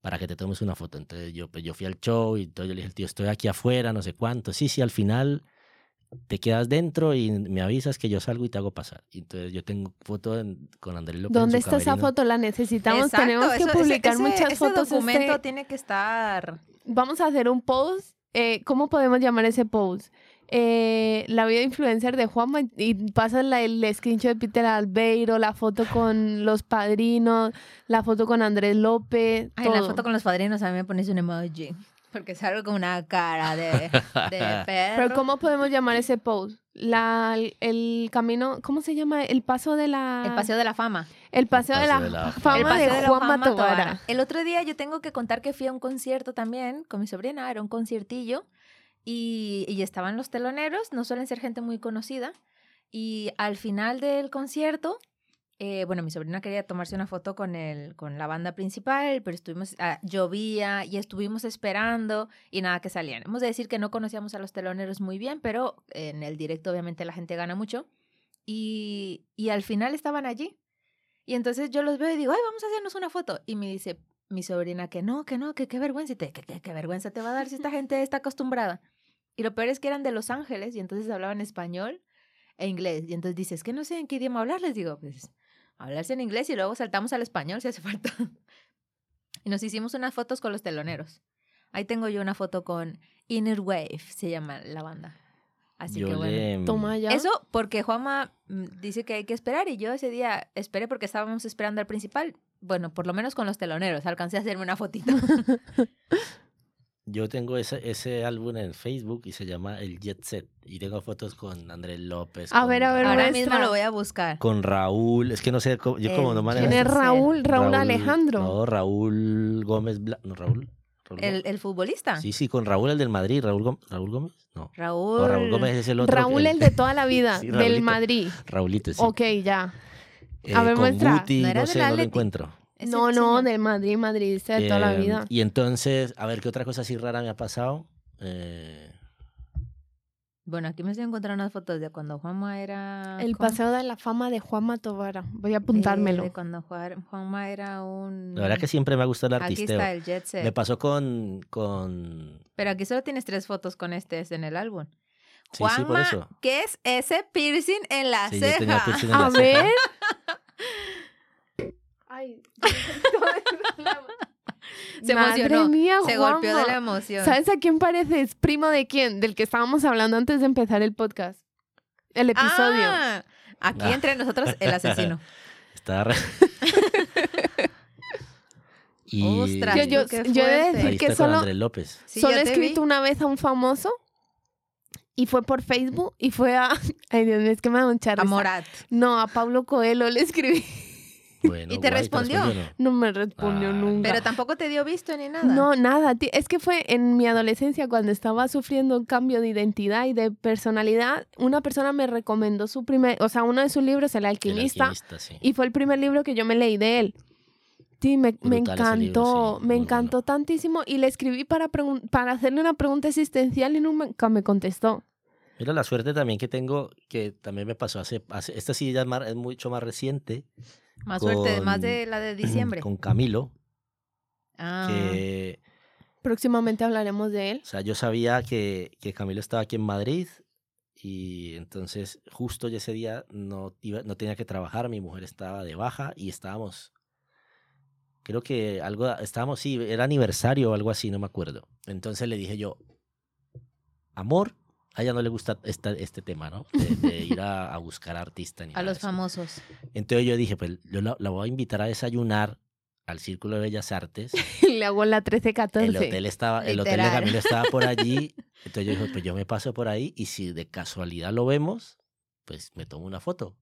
Speaker 2: para que te tomes una foto. Entonces yo, pues, yo fui al show y entonces yo le dije, al tío, estoy aquí afuera, no sé cuánto, sí, sí, al final te quedas dentro y me avisas que yo salgo y te hago pasar. Y entonces yo tengo foto en- con Andrés López. en
Speaker 4: ¿Dónde
Speaker 2: su
Speaker 4: está esa
Speaker 2: camerino.
Speaker 4: foto? La necesitamos.
Speaker 3: Exacto,
Speaker 4: Tenemos que
Speaker 3: eso- ese-
Speaker 4: publicar
Speaker 3: ese-
Speaker 4: muchas fotos.
Speaker 3: Ese documento
Speaker 4: este-
Speaker 3: tiene que estar...
Speaker 4: Vamos a hacer un post. eh, ¿Cómo podemos llamar ese post? Eh, la vida influencer de Juanma y- y pasas la, el screenshot de Peter Albeiro, la foto con los padrinos, la foto con Andrés López.
Speaker 3: Ay, en la
Speaker 4: todo.
Speaker 3: foto con los padrinos a mí me pones un emoji. Porque salgo con una cara de, de perro.
Speaker 4: Pero ¿cómo podemos llamar ese post? La, el camino, ¿cómo se llama? El paso de la...
Speaker 3: El paseo de la fama.
Speaker 4: el paseo de la, fama
Speaker 3: El paseo
Speaker 4: de,
Speaker 3: de la
Speaker 4: Juanma
Speaker 3: fama
Speaker 4: Tobara.
Speaker 3: Tobara. El otro día yo tengo que contar que fui a un concierto también con mi sobrina, era un conciertillo, y, y estaban los teloneros, no suelen ser gente muy conocida, y al final del concierto, eh, bueno, mi sobrina quería tomarse una foto con, el, con la banda principal, pero estuvimos, ah, llovía y estuvimos esperando y nada que salían. Hemos de decir que no conocíamos a los teloneros muy bien, pero en el directo obviamente la gente gana mucho. Y, y al final estaban allí. Y entonces yo los veo y digo, ay, vamos a hacernos una foto. Y me dice mi sobrina que no, que no, que qué vergüenza, y te- que, que- qué vergüenza te va a dar si esta gente está acostumbrada. Y lo peor es que eran de Los Ángeles y entonces hablaban español e inglés. Y entonces dices, que no sé en qué idioma hablar. Les digo, pues hablarse en inglés y luego saltamos al español si hace falta. Y nos hicimos unas fotos con los teloneros. Ahí tengo yo una foto con Inner Wave, se llama la banda. Así
Speaker 2: Yo
Speaker 3: que bueno.
Speaker 2: le-
Speaker 4: Toma ya.
Speaker 3: Eso porque Juanma mm, dice que hay que esperar y yo ese día esperé porque estábamos esperando al principal. Bueno, por lo menos con los teloneros. Alcancé a hacerme una fotito.
Speaker 2: Yo tengo ese, ese álbum en Facebook y se llama El Jet Set. Y tengo fotos con Andrés López.
Speaker 4: A
Speaker 2: con
Speaker 4: ver, a ver,
Speaker 2: Ra-
Speaker 3: Ahora
Speaker 4: muestra.
Speaker 3: mismo lo voy a buscar.
Speaker 2: Con Raúl. Es que no sé, cómo- yo como
Speaker 3: El
Speaker 2: no manejo.
Speaker 4: ¿Quién es
Speaker 3: Ese-
Speaker 4: Raúl? Raúl, Alejandro.
Speaker 2: No, Raúl Gómez. Bla- no, Raúl. Raúl
Speaker 3: El,
Speaker 2: Gómez.
Speaker 3: el futbolista.
Speaker 4: ah.
Speaker 2: Sí, sí, con Raúl, el del Madrid. Raúl, Gó- Raúl Gómez. No.
Speaker 3: Raúl.
Speaker 2: No, Raúl Gómez es el otro.
Speaker 4: Raúl,
Speaker 2: que-
Speaker 4: el de toda la vida,
Speaker 2: Sí,
Speaker 4: del
Speaker 2: Raulito.
Speaker 4: Madrid.
Speaker 2: Raulito, sí.
Speaker 4: Ok, ya.
Speaker 2: Eh,
Speaker 4: a ver,
Speaker 2: con
Speaker 4: muestra.
Speaker 2: Guti,
Speaker 3: ¿No
Speaker 2: no,
Speaker 3: era
Speaker 2: sé,
Speaker 3: del
Speaker 2: no lo
Speaker 3: Atleti?
Speaker 2: encuentro.
Speaker 3: Ese
Speaker 4: no, no,
Speaker 3: señor.
Speaker 4: del Madrid, madridista de toda la
Speaker 2: Eh,
Speaker 4: vida.
Speaker 2: Y entonces, a ver, ¿qué otra cosa así rara me ha pasado? Eh,
Speaker 3: Bueno, aquí me estoy encontrando unas fotos de cuando Juanma era...
Speaker 4: El
Speaker 3: ¿cómo?
Speaker 4: paseo de la fama de Juanma Tovara. Voy
Speaker 3: Eh,
Speaker 4: a apuntármelo.
Speaker 3: de cuando Juan- Juanma era un...
Speaker 4: Mm.
Speaker 2: la verdad que siempre me ha gustado el
Speaker 3: Aquí
Speaker 2: artisteo.
Speaker 3: está el jet set.
Speaker 2: Me pasó con. con...
Speaker 3: Pero aquí solo tienes tres fotos con este es en el álbum.
Speaker 2: Sí, sí, por
Speaker 3: Juanma,
Speaker 2: eso.
Speaker 3: ¿qué es ese piercing en la
Speaker 2: Sí, yo
Speaker 3: ceja?
Speaker 2: tenía piercing en la
Speaker 4: A
Speaker 2: ceja.
Speaker 4: ver.
Speaker 3: Se
Speaker 4: Madre
Speaker 3: emocionó,
Speaker 4: mía,
Speaker 3: Se golpeó de
Speaker 4: Juanma.
Speaker 3: la emoción.
Speaker 4: ¿Sabes a quién pareces? Primo de quién? Del que estábamos hablando antes de empezar el podcast. El episodio.
Speaker 3: Ah, aquí
Speaker 2: Ah.
Speaker 3: entre nosotros el asesino.
Speaker 2: Está re- y...
Speaker 3: Ostras,
Speaker 4: Yo- yo-
Speaker 3: qué
Speaker 4: yo he de
Speaker 3: fuerte.
Speaker 4: decir
Speaker 2: Ahí
Speaker 4: que
Speaker 2: está con
Speaker 4: solo-
Speaker 2: Andrés López.
Speaker 3: Sí,
Speaker 4: Solo
Speaker 3: yo
Speaker 4: he
Speaker 3: te
Speaker 4: escrito
Speaker 3: vi.
Speaker 4: una vez a un famoso y fue por Facebook y fue a. Ay, Dios mío, es que me da un
Speaker 3: a Morat.
Speaker 4: No, a Pablo Coelho le escribí.
Speaker 2: Bueno,
Speaker 3: ¿Y te
Speaker 2: guay,
Speaker 3: respondió?
Speaker 2: no?
Speaker 4: No me respondió
Speaker 2: Ah,
Speaker 4: nunca.
Speaker 3: Pero tampoco te dio visto ni nada.
Speaker 4: No, nada. ti- Es que fue en mi adolescencia cuando estaba sufriendo un cambio de identidad y de personalidad. Una persona me recomendó su primer, o sea, uno de sus libros, El
Speaker 2: El
Speaker 4: Alquimista,
Speaker 2: alquimista, sí.
Speaker 4: y fue el primer libro que yo me leí de él. Sí, me, me
Speaker 2: Brutal ese
Speaker 4: encantó,
Speaker 2: libro, sí,
Speaker 4: me
Speaker 2: muy
Speaker 4: encantó tantísimo y le escribí para, pregun- para hacerle una pregunta existencial y nunca me contestó.
Speaker 2: Mira la suerte también que tengo, que también me pasó hace, hace esta sí ya es, más- es mucho más reciente.
Speaker 3: Más suerte, más
Speaker 2: con-
Speaker 3: de la de diciembre.
Speaker 2: Con Camilo,
Speaker 3: Ah.
Speaker 2: que,
Speaker 4: Próximamente hablaremos de él.
Speaker 2: o sea, yo sabía que, que Camilo estaba aquí en Madrid y entonces justo yo ese día no, iba- no tenía que trabajar, mi mujer estaba de baja y estábamos, creo que algo, estábamos, sí, era aniversario o algo así, no me acuerdo. Entonces le dije yo, amor, a ella no le gusta esta- este tema, ¿no? De, de ir a, a buscar artistas. ni
Speaker 3: A
Speaker 2: nada
Speaker 3: los
Speaker 2: de eso.
Speaker 3: famosos.
Speaker 2: Entonces yo dije, pues yo la, la voy a invitar a desayunar al Círculo de Bellas Artes.
Speaker 4: le hago la 13-14.
Speaker 2: El hotel estaba, el hotel de
Speaker 3: Literal.
Speaker 2: Camilo estaba por allí. Entonces yo dije, pues yo me paso por ahí y si de casualidad lo vemos, pues me tomo una foto.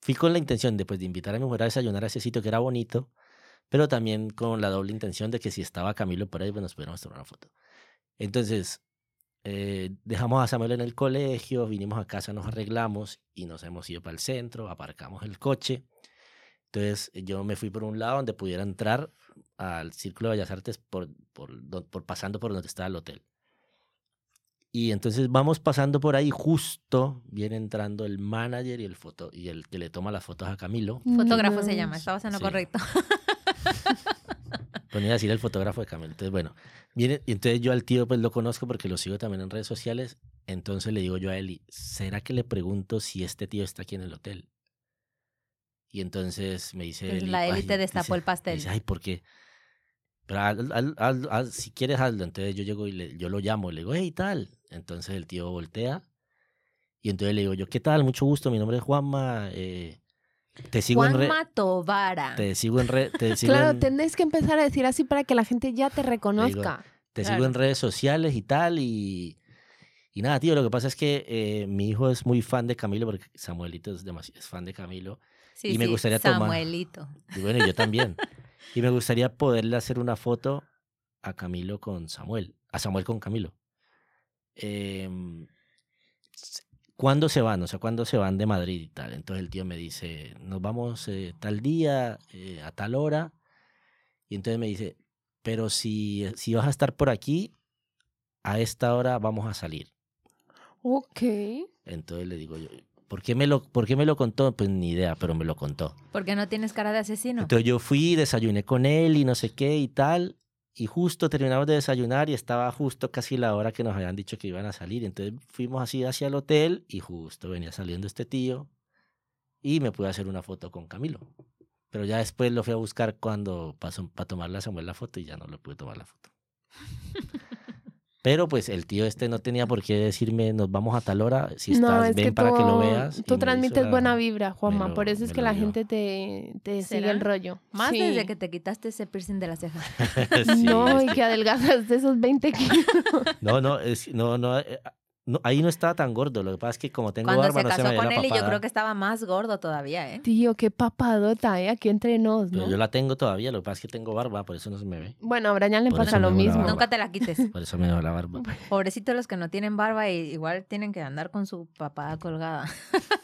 Speaker 2: Fui con la intención de, pues, de invitar a mi mujer a desayunar a ese sitio que era bonito, pero también con la doble intención de que si estaba Camilo por ahí, pues nos pudiéramos tomar una foto. Entonces, eh, dejamos a Samuel en el colegio, vinimos a casa, nos arreglamos y nos hemos ido para el centro, aparcamos el coche. Entonces yo me fui por un lado donde pudiera entrar al Círculo de Bellas Artes por, por, do- por pasando por donde estaba el hotel. Y entonces vamos pasando por ahí, justo viene entrando el manager y el, foto, y el que le toma las fotos a Camilo.
Speaker 3: Fotógrafo se
Speaker 4: Dios.
Speaker 3: llama, estabas en lo
Speaker 2: Sí.
Speaker 3: correcto.
Speaker 2: Ponía a decir el fotógrafo de Camilo. Entonces, bueno, viene, y entonces yo al tío pues lo conozco porque lo sigo también en redes sociales. Entonces le digo yo a Eli, ¿será que le pregunto si este tío está aquí en el hotel? Y entonces me dice
Speaker 3: Entonces, la Eli
Speaker 2: "Ay",
Speaker 3: te destapó
Speaker 2: dice-
Speaker 3: el pastel.
Speaker 2: me Dice, ay, ¿por qué? Pero haz- haz- haz- haz- si quieres, hazlo. Entonces yo llego y le- yo lo llamo, le digo, hey, tal. Entonces el tío voltea y entonces le digo yo, ¿qué tal? Mucho gusto, mi nombre es Juanma. eh, te sigo en red.
Speaker 3: Juanma Tovara.
Speaker 2: Te sigo en red. Te sigo
Speaker 4: Claro,
Speaker 2: en-
Speaker 4: tenés que empezar a decir así para que la gente ya te reconozca.
Speaker 2: Te
Speaker 3: Claro.
Speaker 2: sigo en redes sociales y tal. Y, y nada, tío, lo que pasa es que eh, mi hijo es muy fan de Camilo, porque Samuelito es, demasi- es fan de Camilo.
Speaker 3: Sí,
Speaker 2: y me
Speaker 3: sí,
Speaker 2: gustaría tomar-
Speaker 3: Samuelito.
Speaker 2: Y bueno, yo también. y me gustaría poderle hacer una foto a Camilo con Samuel, a Samuel con Camilo. Em, s- ¿Cuándo se van? O sea, ¿cuándo se van de Madrid y tal? Entonces el tío me dice, nos vamos eh, tal día, eh, a tal hora. Y entonces me dice, pero si, eh, si vas a estar por aquí, a esta hora vamos a salir.
Speaker 4: Ok.
Speaker 2: Entonces le digo yo, ¿por qué me lo, por qué me lo contó? Pues ni idea, pero me lo contó.
Speaker 3: Porque no tienes cara de asesino.
Speaker 2: Entonces yo fui, desayuné con él y no sé qué y tal. Y justo terminamos de desayunar y estaba justo casi la hora que nos habían dicho que iban a salir. Entonces fuimos así hacia el hotel y justo venía saliendo este tío. y me pude hacer una foto con Camilo. Pero ya después lo fui a buscar cuando pasó para tomarla, se mueve la foto y ya no le pude tomar la foto. Pero pues el tío este no tenía por qué decirme nos vamos a tal hora, si estás
Speaker 4: no, es
Speaker 2: ven
Speaker 4: que
Speaker 2: para
Speaker 4: tú,
Speaker 2: que lo veas. y
Speaker 4: tú
Speaker 2: me
Speaker 4: transmites
Speaker 2: hizo la-
Speaker 4: buena vibra, Juanma.
Speaker 2: lo-
Speaker 4: por eso es
Speaker 2: me
Speaker 4: que
Speaker 2: lo
Speaker 4: la
Speaker 2: dio.
Speaker 4: gente te, te sigue
Speaker 3: ¿Será?
Speaker 4: el rollo.
Speaker 3: Más
Speaker 4: Sí.
Speaker 3: desde que te quitaste ese piercing de la ceja.
Speaker 2: Sí,
Speaker 4: No,
Speaker 2: es
Speaker 4: y que adelgazaste esos 20 kilos.
Speaker 2: No, no, es- no, no, eh, no, ahí no estaba tan gordo. Lo que pasa es que como tengo
Speaker 3: Cuando
Speaker 2: barba,
Speaker 3: se
Speaker 2: no se
Speaker 3: casó
Speaker 2: me ¿eh? veía
Speaker 3: con
Speaker 2: la
Speaker 3: él y yo
Speaker 2: papada.
Speaker 3: creo que estaba más gordo todavía, ¿eh?
Speaker 4: Tío, qué papadota, ¿eh? Aquí entre nos,
Speaker 2: Pero
Speaker 4: ¿no?
Speaker 2: yo la tengo todavía, lo que pasa es que tengo barba, por eso no se me ve.
Speaker 4: Bueno, a Brian le
Speaker 2: Por
Speaker 4: pasa
Speaker 2: eso
Speaker 4: lo
Speaker 2: me
Speaker 4: mismo.
Speaker 2: molaba.
Speaker 3: Nunca te la quites.
Speaker 2: Por eso me veo la barba.
Speaker 3: Pobrecito los que no tienen barba y igual tienen que andar con su papá colgada.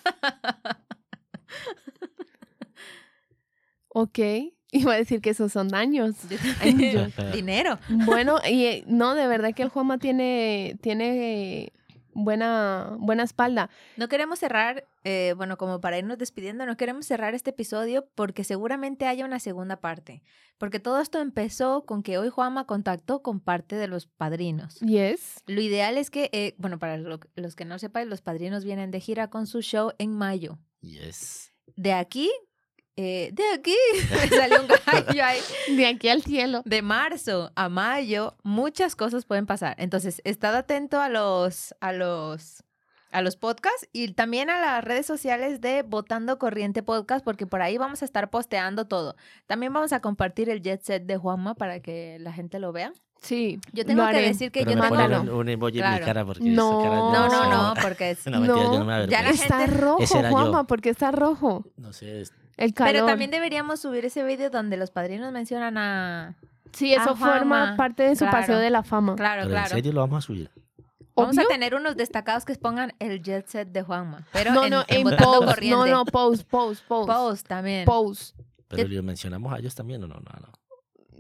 Speaker 4: Ok, iba a decir que esos son daños. Ay, yo-
Speaker 3: Dinero.
Speaker 4: Bueno, y eh, no, de verdad que el Juanma tiene, tiene eh, buena, buena espalda.
Speaker 3: No queremos cerrar, eh, bueno, como para irnos despidiendo, no queremos cerrar este episodio porque seguramente haya una segunda parte. Porque todo esto empezó con que hoy Juanma contactó con parte de los padrinos.
Speaker 4: Mm. Yes.
Speaker 3: Lo ideal es que, eh, bueno, para lo- los que no sepan, los padrinos vienen de gira con su show en mayo.
Speaker 2: Yes.
Speaker 3: De aquí, eh, de aquí, me salió un gallo ahí.
Speaker 4: De aquí al cielo.
Speaker 3: De marzo a mayo, muchas cosas pueden pasar. Entonces, estad atento a los, a los, a los podcasts y también a las redes sociales de Votando Corriente Podcast, porque por ahí vamos a estar posteando todo. También vamos a compartir el jet set de Juanma para que la gente lo vea.
Speaker 4: Sí.
Speaker 3: Yo
Speaker 4: lo
Speaker 3: tengo que
Speaker 4: haré.
Speaker 3: decir que
Speaker 2: Pero
Speaker 3: yo
Speaker 2: me
Speaker 3: tengo.
Speaker 2: ponen
Speaker 4: Mándalo.
Speaker 2: un, un emoji en
Speaker 3: Claro.
Speaker 2: mi cara porque
Speaker 4: No.
Speaker 2: esa cara yo
Speaker 3: No,
Speaker 2: sé.
Speaker 3: no, no, porque es.
Speaker 2: No, mentira, yo no me
Speaker 3: ya
Speaker 4: No,
Speaker 3: la
Speaker 2: avergüenzo.
Speaker 3: gente-
Speaker 4: Está rojo,
Speaker 2: Ese era yo.
Speaker 4: Juanma, porque está rojo.
Speaker 2: No sé, es-
Speaker 4: El calor.
Speaker 3: Pero también deberíamos subir ese video donde los padrinos mencionan a.
Speaker 4: Sí, eso
Speaker 3: Ah,
Speaker 4: forma
Speaker 3: Juanma,
Speaker 4: parte de su
Speaker 3: claro.
Speaker 4: paseo de la fama.
Speaker 3: Claro,
Speaker 2: pero en
Speaker 3: claro.
Speaker 2: serio lo vamos a subir.
Speaker 3: Vamos a
Speaker 4: Obvio.
Speaker 3: tener unos destacados que pongan el jet set de Juanma. Pero
Speaker 4: No,
Speaker 3: en,
Speaker 4: no,
Speaker 3: en
Speaker 4: en
Speaker 3: Votando
Speaker 4: post.
Speaker 3: Corriente.
Speaker 4: No, no, post, post, post.
Speaker 3: Post también.
Speaker 4: Post.
Speaker 2: Pero lo mencionamos a ellos también o no, no, no.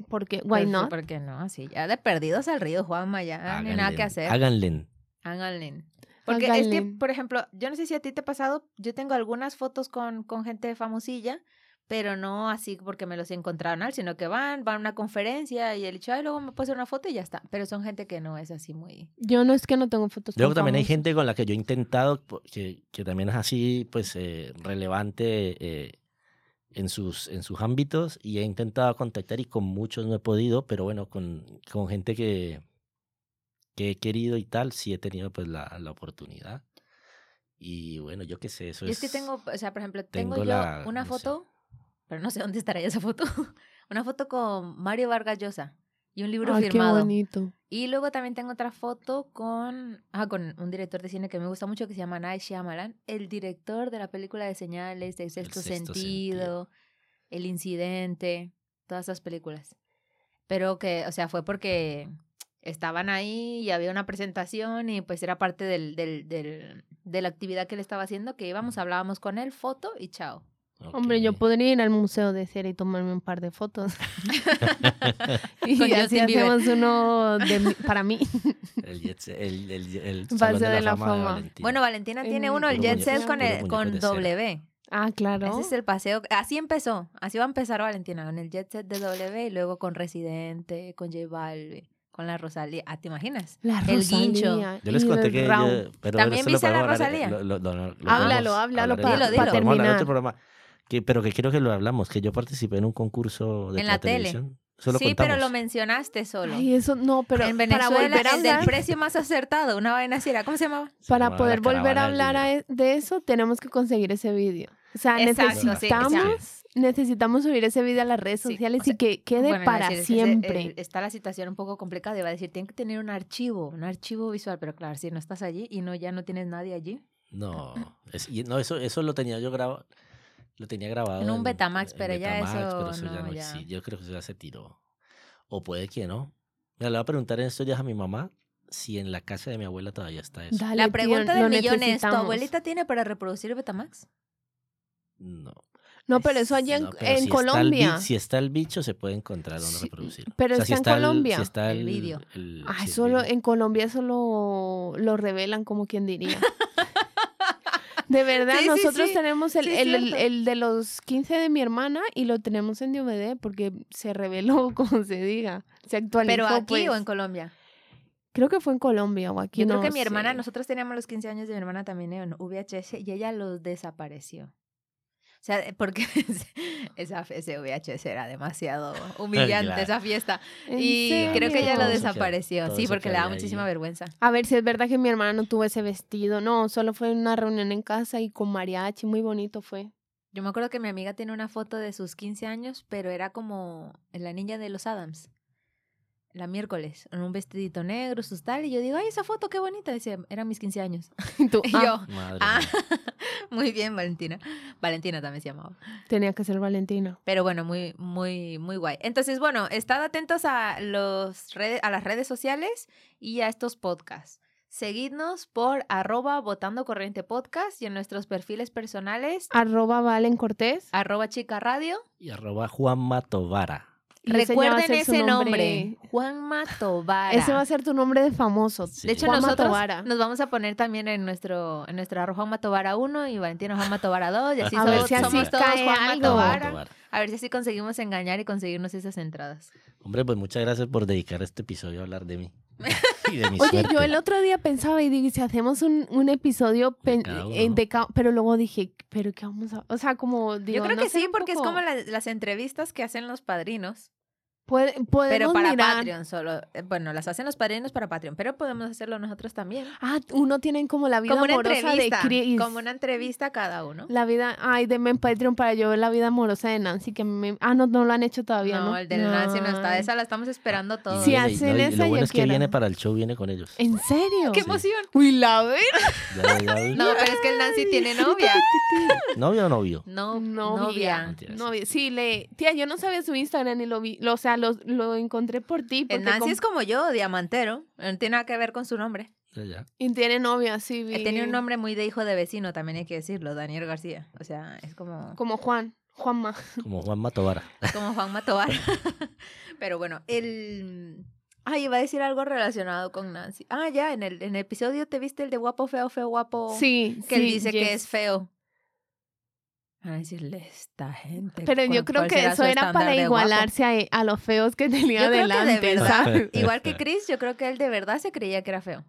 Speaker 4: Porque,
Speaker 3: Pues
Speaker 4: why
Speaker 3: sí,
Speaker 4: not?
Speaker 3: ¿Por qué no? Así, ya de perdidos al río, Juanma, ya no hay Ah, nada que hacer.
Speaker 2: Háganle.
Speaker 3: Háganle. Porque es que,
Speaker 4: Háganle.
Speaker 3: por ejemplo, yo no sé si a ti te ha pasado, yo tengo algunas fotos con, con gente famosilla, pero no así porque me los encontraron al, sino que van, van a una conferencia y el dicho, ay, luego me puse una foto y ya está. Pero son gente que no es así muy...
Speaker 4: Yo no es que no tengo fotos.
Speaker 2: Luego
Speaker 4: con
Speaker 2: también hay
Speaker 4: famosos.
Speaker 2: gente con la que yo he intentado, po- que, que también es así, pues, eh, relevante eh, en, sus, en sus ámbitos y he intentado contactar y con muchos no he podido, pero bueno, con, con gente que, que he querido y tal, sí he tenido pues la, la oportunidad. Y bueno, yo qué sé, eso
Speaker 3: Yo es que tengo, o sea, por ejemplo, tengo,
Speaker 2: Pues, tengo
Speaker 3: yo
Speaker 2: la-
Speaker 3: una
Speaker 2: no sé.
Speaker 3: foto, pero no sé dónde estará ya esa foto, una foto con Mario Vargas Llosa y un libro
Speaker 4: Ay, Qué
Speaker 3: firmado.
Speaker 4: bonito.
Speaker 3: Y luego también tengo otra foto con, ah, con un director de cine que me gusta mucho que se llama Night Shyamalan, el director de la película de señales, de sexto,
Speaker 2: Sexto
Speaker 3: sentido,
Speaker 2: Sentido.
Speaker 3: El Incidente, todas esas películas. Pero que, o sea, fue porque estaban ahí y había una presentación y pues era parte del, del, del- de la actividad que él estaba haciendo, que íbamos, hablábamos con él, foto y chao.
Speaker 4: Hombre, yo
Speaker 2: Ok.
Speaker 4: podría ir al museo de cera y tomarme un par de fotos. y
Speaker 3: Con
Speaker 4: así
Speaker 3: Justin Bieber.
Speaker 4: hacemos uno de mí- para mí.
Speaker 2: El, jet set- el, el- el
Speaker 4: Paseo
Speaker 2: Salón de
Speaker 4: de
Speaker 2: la,
Speaker 4: la
Speaker 2: fama, de
Speaker 4: Fama.
Speaker 2: Valentina.
Speaker 3: Bueno, Valentina tiene
Speaker 4: En
Speaker 3: uno, el
Speaker 2: puro
Speaker 3: Jet
Speaker 2: muñe-
Speaker 3: Set con,
Speaker 2: puro
Speaker 3: el-
Speaker 2: muñeco
Speaker 3: con
Speaker 2: de cera.
Speaker 3: W.
Speaker 4: Ah, claro.
Speaker 3: Ese es el paseo. Así empezó. Así va a empezar Valentina, con el Jet Set de W y luego con Residente, con J Balvin, con la Rosalía. Ah, ¿te imaginas?
Speaker 4: La
Speaker 3: el guincho.
Speaker 4: Rosalía
Speaker 2: Yo les
Speaker 4: y
Speaker 2: conté
Speaker 4: el
Speaker 2: que.
Speaker 4: round.
Speaker 2: yo- pero
Speaker 3: También
Speaker 2: eso lo
Speaker 3: viste a la
Speaker 2: podemos hablar-
Speaker 3: Rosalía.
Speaker 2: lo- lo- lo- lo- lo
Speaker 4: Háblalo,
Speaker 2: podemos
Speaker 4: háblalo
Speaker 2: hablar en
Speaker 4: para-
Speaker 2: otro-
Speaker 3: Dilo, dilo.
Speaker 2: podemos hablar en otro
Speaker 4: terminar.
Speaker 2: programa. Que- pero que creo que lo hablamos, que yo participé en un concurso de
Speaker 3: En la tele.
Speaker 2: televisión. Eso lo
Speaker 3: sí, pero lo
Speaker 2: contamos.
Speaker 3: mencionaste solo.
Speaker 4: Ay, eso no, pero
Speaker 3: en
Speaker 4: para
Speaker 3: Venezuela,
Speaker 4: volver a
Speaker 3: el del
Speaker 4: hablar,
Speaker 3: precio más acertado, una vaina así era. ¿Cómo se llamaba?
Speaker 2: Se
Speaker 4: para
Speaker 2: llamaba
Speaker 4: poder
Speaker 2: La
Speaker 4: volver a
Speaker 2: Caravana del
Speaker 4: hablar a e- de eso, tenemos que conseguir ese vídeo. O sea,
Speaker 3: Exacto, sí,
Speaker 4: necesitamos, necesitamos subir ese vídeo a las redes
Speaker 3: Sí,
Speaker 4: sociales
Speaker 3: o sea,
Speaker 4: y que quede
Speaker 3: Bueno, iba a
Speaker 4: para
Speaker 3: decir, es que se-
Speaker 4: siempre.
Speaker 3: eh, está la situación un poco complicada. Iba a decir, tienen que tener un archivo, un archivo visual. Pero claro, si no estás allí y no ya no tienes nadie allí.
Speaker 2: No, es- y- no, eso, eso lo tenía yo grabado. Lo tenía grabado.
Speaker 3: En un Betamax, pero ya eso
Speaker 2: pero ya
Speaker 3: no,
Speaker 2: no
Speaker 3: ya.
Speaker 2: existe. Yo creo que eso ya se tiró. O puede que no. Mira, le voy a preguntar en estos días a mi mamá si en la casa de mi abuela todavía está eso.
Speaker 4: Dale,
Speaker 3: la
Speaker 4: tío,
Speaker 3: pregunta
Speaker 4: lo
Speaker 3: del millón es, ¿tu
Speaker 4: necesitamos.
Speaker 3: abuelita tiene para reproducir Betamax?
Speaker 2: No.
Speaker 4: No, pero eso allá en,
Speaker 2: No, pero
Speaker 4: en
Speaker 2: si está el bi-
Speaker 4: Colombia.
Speaker 2: si está el bicho, se puede encontrar donde
Speaker 4: Sí,
Speaker 2: reproducir.
Speaker 4: pero está en Colombia.
Speaker 2: si está
Speaker 3: El
Speaker 2: el,
Speaker 3: vídeo.
Speaker 2: el-
Speaker 4: Ah,
Speaker 2: sí, el
Speaker 4: solo
Speaker 2: vídeo.
Speaker 4: en Colombia eso lo, lo revelan, como quien diría. De verdad,
Speaker 3: Sí, sí,
Speaker 4: nosotros
Speaker 3: sí.
Speaker 4: tenemos el,
Speaker 3: Sí, es
Speaker 4: el, el-
Speaker 3: cierto.
Speaker 4: el de los 15 de mi hermana y lo tenemos en DVD porque se reveló, como se diga. Se actualizó.
Speaker 3: ¿Pero aquí
Speaker 4: pues.
Speaker 3: o en Colombia?
Speaker 4: Creo que fue en Colombia o aquí.
Speaker 3: Yo creo
Speaker 4: no
Speaker 3: que mi hermana,
Speaker 4: sé.
Speaker 3: nosotros teníamos los 15 años de mi hermana también en VHS y ella los desapareció. O sea, eh, porque esa, ese VHS era demasiado humillante,
Speaker 2: Claro.
Speaker 3: esa fiesta.
Speaker 4: ¿En
Speaker 3: Y creo que ya lo
Speaker 2: Todo
Speaker 4: serio?
Speaker 2: eso queda-
Speaker 3: desapareció.
Speaker 2: todo
Speaker 3: Sí,
Speaker 2: eso
Speaker 3: porque le
Speaker 2: queda
Speaker 3: da
Speaker 2: ahí.
Speaker 3: muchísima vergüenza.
Speaker 4: A ver si es verdad que mi hermana no tuvo ese vestido. No, solo fue en una reunión en casa y con mariachi. Muy bonito fue.
Speaker 3: Yo me acuerdo que mi amiga tiene una foto de sus 15 años, pero era como la niña de los Adams. La miércoles, en un vestidito negro, sus tal. Y yo digo, ay, esa foto qué bonita. Dice, eran mis 15 años.
Speaker 4: Y tú,
Speaker 3: Y
Speaker 4: ah,
Speaker 3: yo,
Speaker 2: Oh, Madre
Speaker 3: ah,
Speaker 2: mía.
Speaker 3: muy bien, Valentina. Valentina también se llamaba.
Speaker 4: tenía que ser Valentina.
Speaker 3: Pero bueno, muy, muy, muy guay. Entonces, bueno, estad atentos a, los redes, a las redes sociales y a estos podcasts. Seguidnos por arroba votando corriente podcast y en nuestros perfiles personales,
Speaker 4: Arroba Valen Cortés.
Speaker 3: arroba chica radio.
Speaker 2: Y arroba Juan Matovara.
Speaker 4: Y ese ya va a
Speaker 3: Recuerden
Speaker 4: ser su
Speaker 3: ese nombre, Juanma Tobara.
Speaker 4: Ese va a ser tu nombre de famoso.
Speaker 2: Sí.
Speaker 3: de hecho,
Speaker 4: Juanma
Speaker 3: nosotros
Speaker 4: Tobara.
Speaker 3: nos vamos a poner también en nuestro en nuestra Juanma Tobara 1 y Valentino Juanma Tobara 2 y así
Speaker 4: A
Speaker 3: somos,
Speaker 4: ver si así
Speaker 3: somos todos
Speaker 4: cae
Speaker 3: Juanma
Speaker 4: algo.
Speaker 2: Juan
Speaker 3: Tobara.
Speaker 2: Matovara.
Speaker 3: A ver si así conseguimos engañar y conseguirnos esas entradas.
Speaker 2: Hombre, pues muchas gracias por dedicar este episodio a hablar de mí. y de mi
Speaker 4: Oye,
Speaker 2: suerte.
Speaker 4: yo el otro día pensaba y dije, si hacemos un, un episodio pen-
Speaker 2: cada uno,
Speaker 4: eh,
Speaker 2: ¿no?
Speaker 4: de ca- pero luego dije, pero qué vamos a, o sea, como digo,
Speaker 3: Yo creo
Speaker 4: no
Speaker 3: que
Speaker 4: sé,
Speaker 3: sí,
Speaker 4: un
Speaker 3: porque
Speaker 4: poco-
Speaker 3: es como las, las entrevistas que hacen los padrinos,
Speaker 4: Puede- podemos
Speaker 3: pero para
Speaker 4: mirar.
Speaker 3: Patreon solo. Eh, Bueno, las hacen los padrinos para Patreon, pero podemos hacerlo nosotros también.
Speaker 4: Ah, uno tiene como la vida
Speaker 3: Como una
Speaker 4: amorosa de
Speaker 3: entrevista,
Speaker 4: Chris.
Speaker 3: como una entrevista a cada uno.
Speaker 4: La vida, ay, denme en Patreon para yo ver la vida amorosa de Nancy, que me, ah, no, no lo han hecho todavía, ¿no?
Speaker 3: No, el del Nancy no está,
Speaker 4: Ay.
Speaker 3: esa la estamos esperando
Speaker 2: Y
Speaker 3: todos.
Speaker 4: Sí,
Speaker 2: viene-
Speaker 4: hacen
Speaker 2: y
Speaker 4: esa,
Speaker 2: Lo
Speaker 4: yo
Speaker 2: bueno es que
Speaker 4: quiero.
Speaker 2: viene para el show, viene con ellos.
Speaker 4: ¿En serio?
Speaker 3: ¡Qué
Speaker 2: Sí.
Speaker 3: emoción!
Speaker 4: Uy, la ver.
Speaker 2: Ya, ya, ya.
Speaker 3: No, pero es que el Nancy tiene novia.
Speaker 2: ¿Novio o novio?
Speaker 3: No,
Speaker 4: Novia.
Speaker 3: novia.
Speaker 2: Mentira, sí.
Speaker 4: Novia. Sí, le, tía, yo no sabía su Instagram y lo vi, lo- o sea, lo, lo encontré por ti.
Speaker 3: El
Speaker 4: porque
Speaker 3: Nancy
Speaker 4: com-
Speaker 3: es como yo, diamantero. Eh, No tiene nada que ver con su nombre.
Speaker 2: Ya, ya.
Speaker 4: Y tiene novia, sí, vi.
Speaker 3: Eh, Tiene un nombre muy de hijo de vecino, también hay que decirlo, Daniel García. O sea, es como,
Speaker 4: Como Juan, Juanma.
Speaker 2: Como Juan Matovara.
Speaker 3: como Juan Matobar. Pero bueno, el... Ay, iba a decir algo relacionado con Nancy. Ah, ya, en el, en el episodio te viste el de guapo, feo, feo, guapo.
Speaker 4: Sí,
Speaker 3: Que él
Speaker 4: sí,
Speaker 3: dice
Speaker 4: yes.
Speaker 3: que es feo. Van a decirle, esta gente.
Speaker 4: Pero yo
Speaker 3: ¿cuál-
Speaker 4: creo
Speaker 3: cuál
Speaker 4: que
Speaker 3: será
Speaker 4: eso
Speaker 3: su
Speaker 4: era
Speaker 3: estándar
Speaker 4: para
Speaker 3: de guapo?
Speaker 4: igualarse a, a los feos que tenía
Speaker 3: Yo creo que de
Speaker 4: delante,
Speaker 3: verdad.
Speaker 4: ¿sabes?
Speaker 3: Igual
Speaker 2: Este.
Speaker 3: que Chris, yo creo que él de verdad se creía que era feo.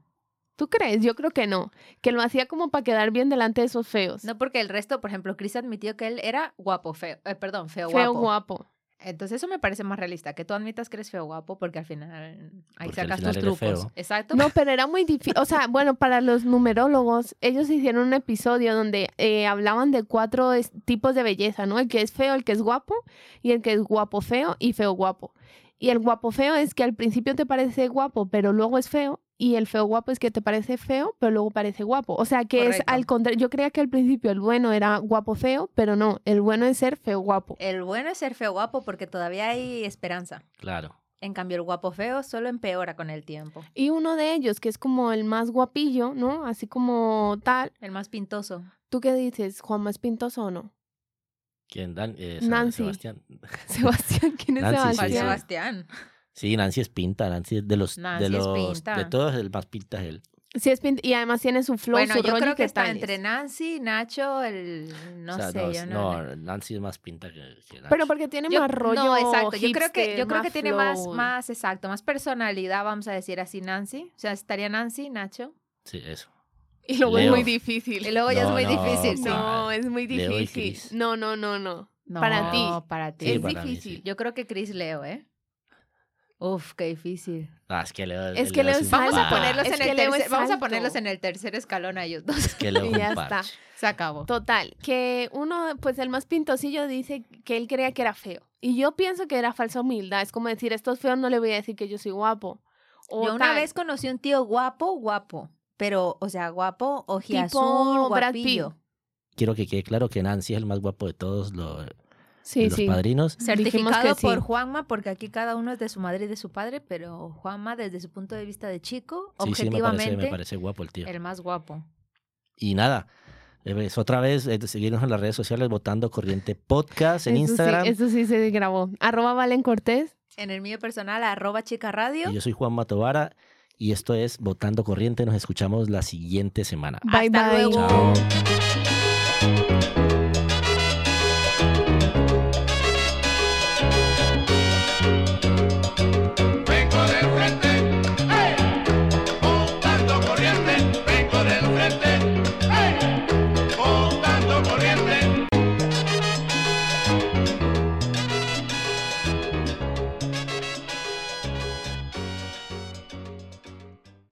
Speaker 4: ¿Tú crees? Yo creo que no. Que lo hacía como para quedar bien delante de esos feos.
Speaker 3: No porque el resto, por ejemplo, Chris admitió que él era guapo, feo, eh, perdón, feo,
Speaker 4: feo
Speaker 3: guapo.
Speaker 4: guapo.
Speaker 3: Entonces eso me parece más realista, que tú admitas que eres feo guapo porque al final ahí
Speaker 2: Porque al
Speaker 3: sacas
Speaker 2: final
Speaker 3: tus
Speaker 2: eres
Speaker 3: trucos.
Speaker 2: feo.
Speaker 3: Exacto.
Speaker 4: No, pero era muy difícil. O sea, bueno, para los numerólogos, ellos hicieron un episodio donde eh, hablaban de cuatro es- tipos de belleza, ¿no? El que es feo, el que es guapo, y el que es guapo feo y feo guapo. Y el guapo feo es que al principio te parece guapo, pero luego es feo. Y el feo guapo es que te parece feo, pero luego parece guapo. O sea, que es
Speaker 3: Correcto.
Speaker 4: al contrario. Yo creía que al principio el bueno era guapo feo, pero no, el bueno es ser feo guapo.
Speaker 3: El bueno es ser feo guapo porque todavía hay esperanza.
Speaker 2: Claro.
Speaker 3: En cambio, el guapo feo solo empeora con el tiempo.
Speaker 4: Y uno de ellos, que es como el más guapillo, ¿no? Así como tal.
Speaker 3: El más pintoso.
Speaker 4: ¿Tú qué dices? ¿Juanma es pintoso o no?
Speaker 2: ¿Quién? Dan, eh,
Speaker 4: Nancy.
Speaker 2: Sebastián.
Speaker 4: Sebastián, ¿quién es
Speaker 2: Nancy, Ah, sí,
Speaker 3: ¿Cuál
Speaker 2: sí.
Speaker 4: Sebastián?
Speaker 3: Sebastián?
Speaker 2: Sí, Nancy es pinta. Nancy es de los.
Speaker 3: Nancy
Speaker 2: de
Speaker 3: es
Speaker 2: los
Speaker 3: pinta.
Speaker 2: De todos, el más pinta es él.
Speaker 4: Sí, es pint- y además tiene su flow,
Speaker 3: Bueno,
Speaker 4: su
Speaker 3: yo
Speaker 4: rollo
Speaker 3: creo
Speaker 4: y
Speaker 3: que está
Speaker 4: tales.
Speaker 3: entre Nancy, Nacho, el... No
Speaker 2: O sea,
Speaker 3: sé, yo no...
Speaker 2: no, Nancy es más pinta que, que Nacho.
Speaker 4: Pero porque tiene
Speaker 3: Yo-
Speaker 4: más rollo
Speaker 3: no, exacto. Yo creo que,
Speaker 4: hipster,
Speaker 3: yo creo que tiene más,
Speaker 4: flow.
Speaker 3: más, exacto, más personalidad, vamos a decir así, Nancy. O sea, estaría Nancy, Nacho.
Speaker 2: Sí, eso.
Speaker 4: Y luego es
Speaker 2: Leo.
Speaker 4: muy difícil.
Speaker 3: Y luego ya es
Speaker 2: No,
Speaker 3: muy
Speaker 2: no,
Speaker 3: difícil. sí.
Speaker 4: No,
Speaker 2: Juan,
Speaker 4: es muy
Speaker 2: Leo y
Speaker 4: difícil.
Speaker 2: Chris.
Speaker 4: No, no, no, no.
Speaker 3: No,
Speaker 4: Para ti.
Speaker 3: Para ti.
Speaker 2: Sí,
Speaker 4: es
Speaker 2: para mí,
Speaker 4: difícil.
Speaker 3: Yo creo que Chris Leo, ¿eh? Uf, qué difícil.
Speaker 2: Ah, es que Leo
Speaker 4: Es que Leo
Speaker 2: un
Speaker 4: es
Speaker 3: Vamos a
Speaker 4: Ah,
Speaker 2: parche.
Speaker 3: ponerlos
Speaker 4: es
Speaker 3: en
Speaker 4: que
Speaker 3: el
Speaker 4: Leo es
Speaker 3: tercer, vamos a
Speaker 4: alto.
Speaker 3: ponerlos en el tercer escalón a ellos dos.
Speaker 2: Es que Leo es
Speaker 4: Y ya
Speaker 2: un
Speaker 4: está.
Speaker 2: parche.
Speaker 3: Se acabó.
Speaker 4: Total, que uno, pues el más pintosillo dice que él creía que era feo. Y yo pienso que era falsa humildad. Es como decir, estos feos no le voy a decir que yo soy guapo. O
Speaker 3: Yo una
Speaker 4: tal.
Speaker 3: vez conocí un tío guapo, guapo, pero o sea, guapo ojiazul,
Speaker 4: Tipo Brad Pitt.
Speaker 3: guapillo.
Speaker 2: Quiero que quede claro que Nancy es el más guapo de todos lo- de
Speaker 4: sí,
Speaker 2: los
Speaker 4: sí.
Speaker 2: padrinos.
Speaker 4: Dijimos
Speaker 3: Certificado
Speaker 4: que sí.
Speaker 3: por Juanma, porque aquí cada uno es de su madre y de su padre, pero Juanma desde su punto de vista de chico,
Speaker 2: Sí, sí, me
Speaker 3: objetivamente,
Speaker 2: parece, me parece guapo el tío.
Speaker 3: el más guapo.
Speaker 2: Y nada, eh, es otra vez, eh, seguirnos en las redes sociales votando Corriente Podcast en
Speaker 4: Eso sí,
Speaker 2: Instagram.
Speaker 4: eso sí se grabó. Arroba Valen Cortés.
Speaker 3: En el mío personal, arroba chica radio.
Speaker 2: Y yo soy Juan Matovara y esto es Votando Corriente. Nos escuchamos la siguiente semana.
Speaker 4: Bye,
Speaker 3: Hasta
Speaker 4: bye.
Speaker 3: luego.
Speaker 2: Chao.
Speaker 1: ¡eh! ¡eh!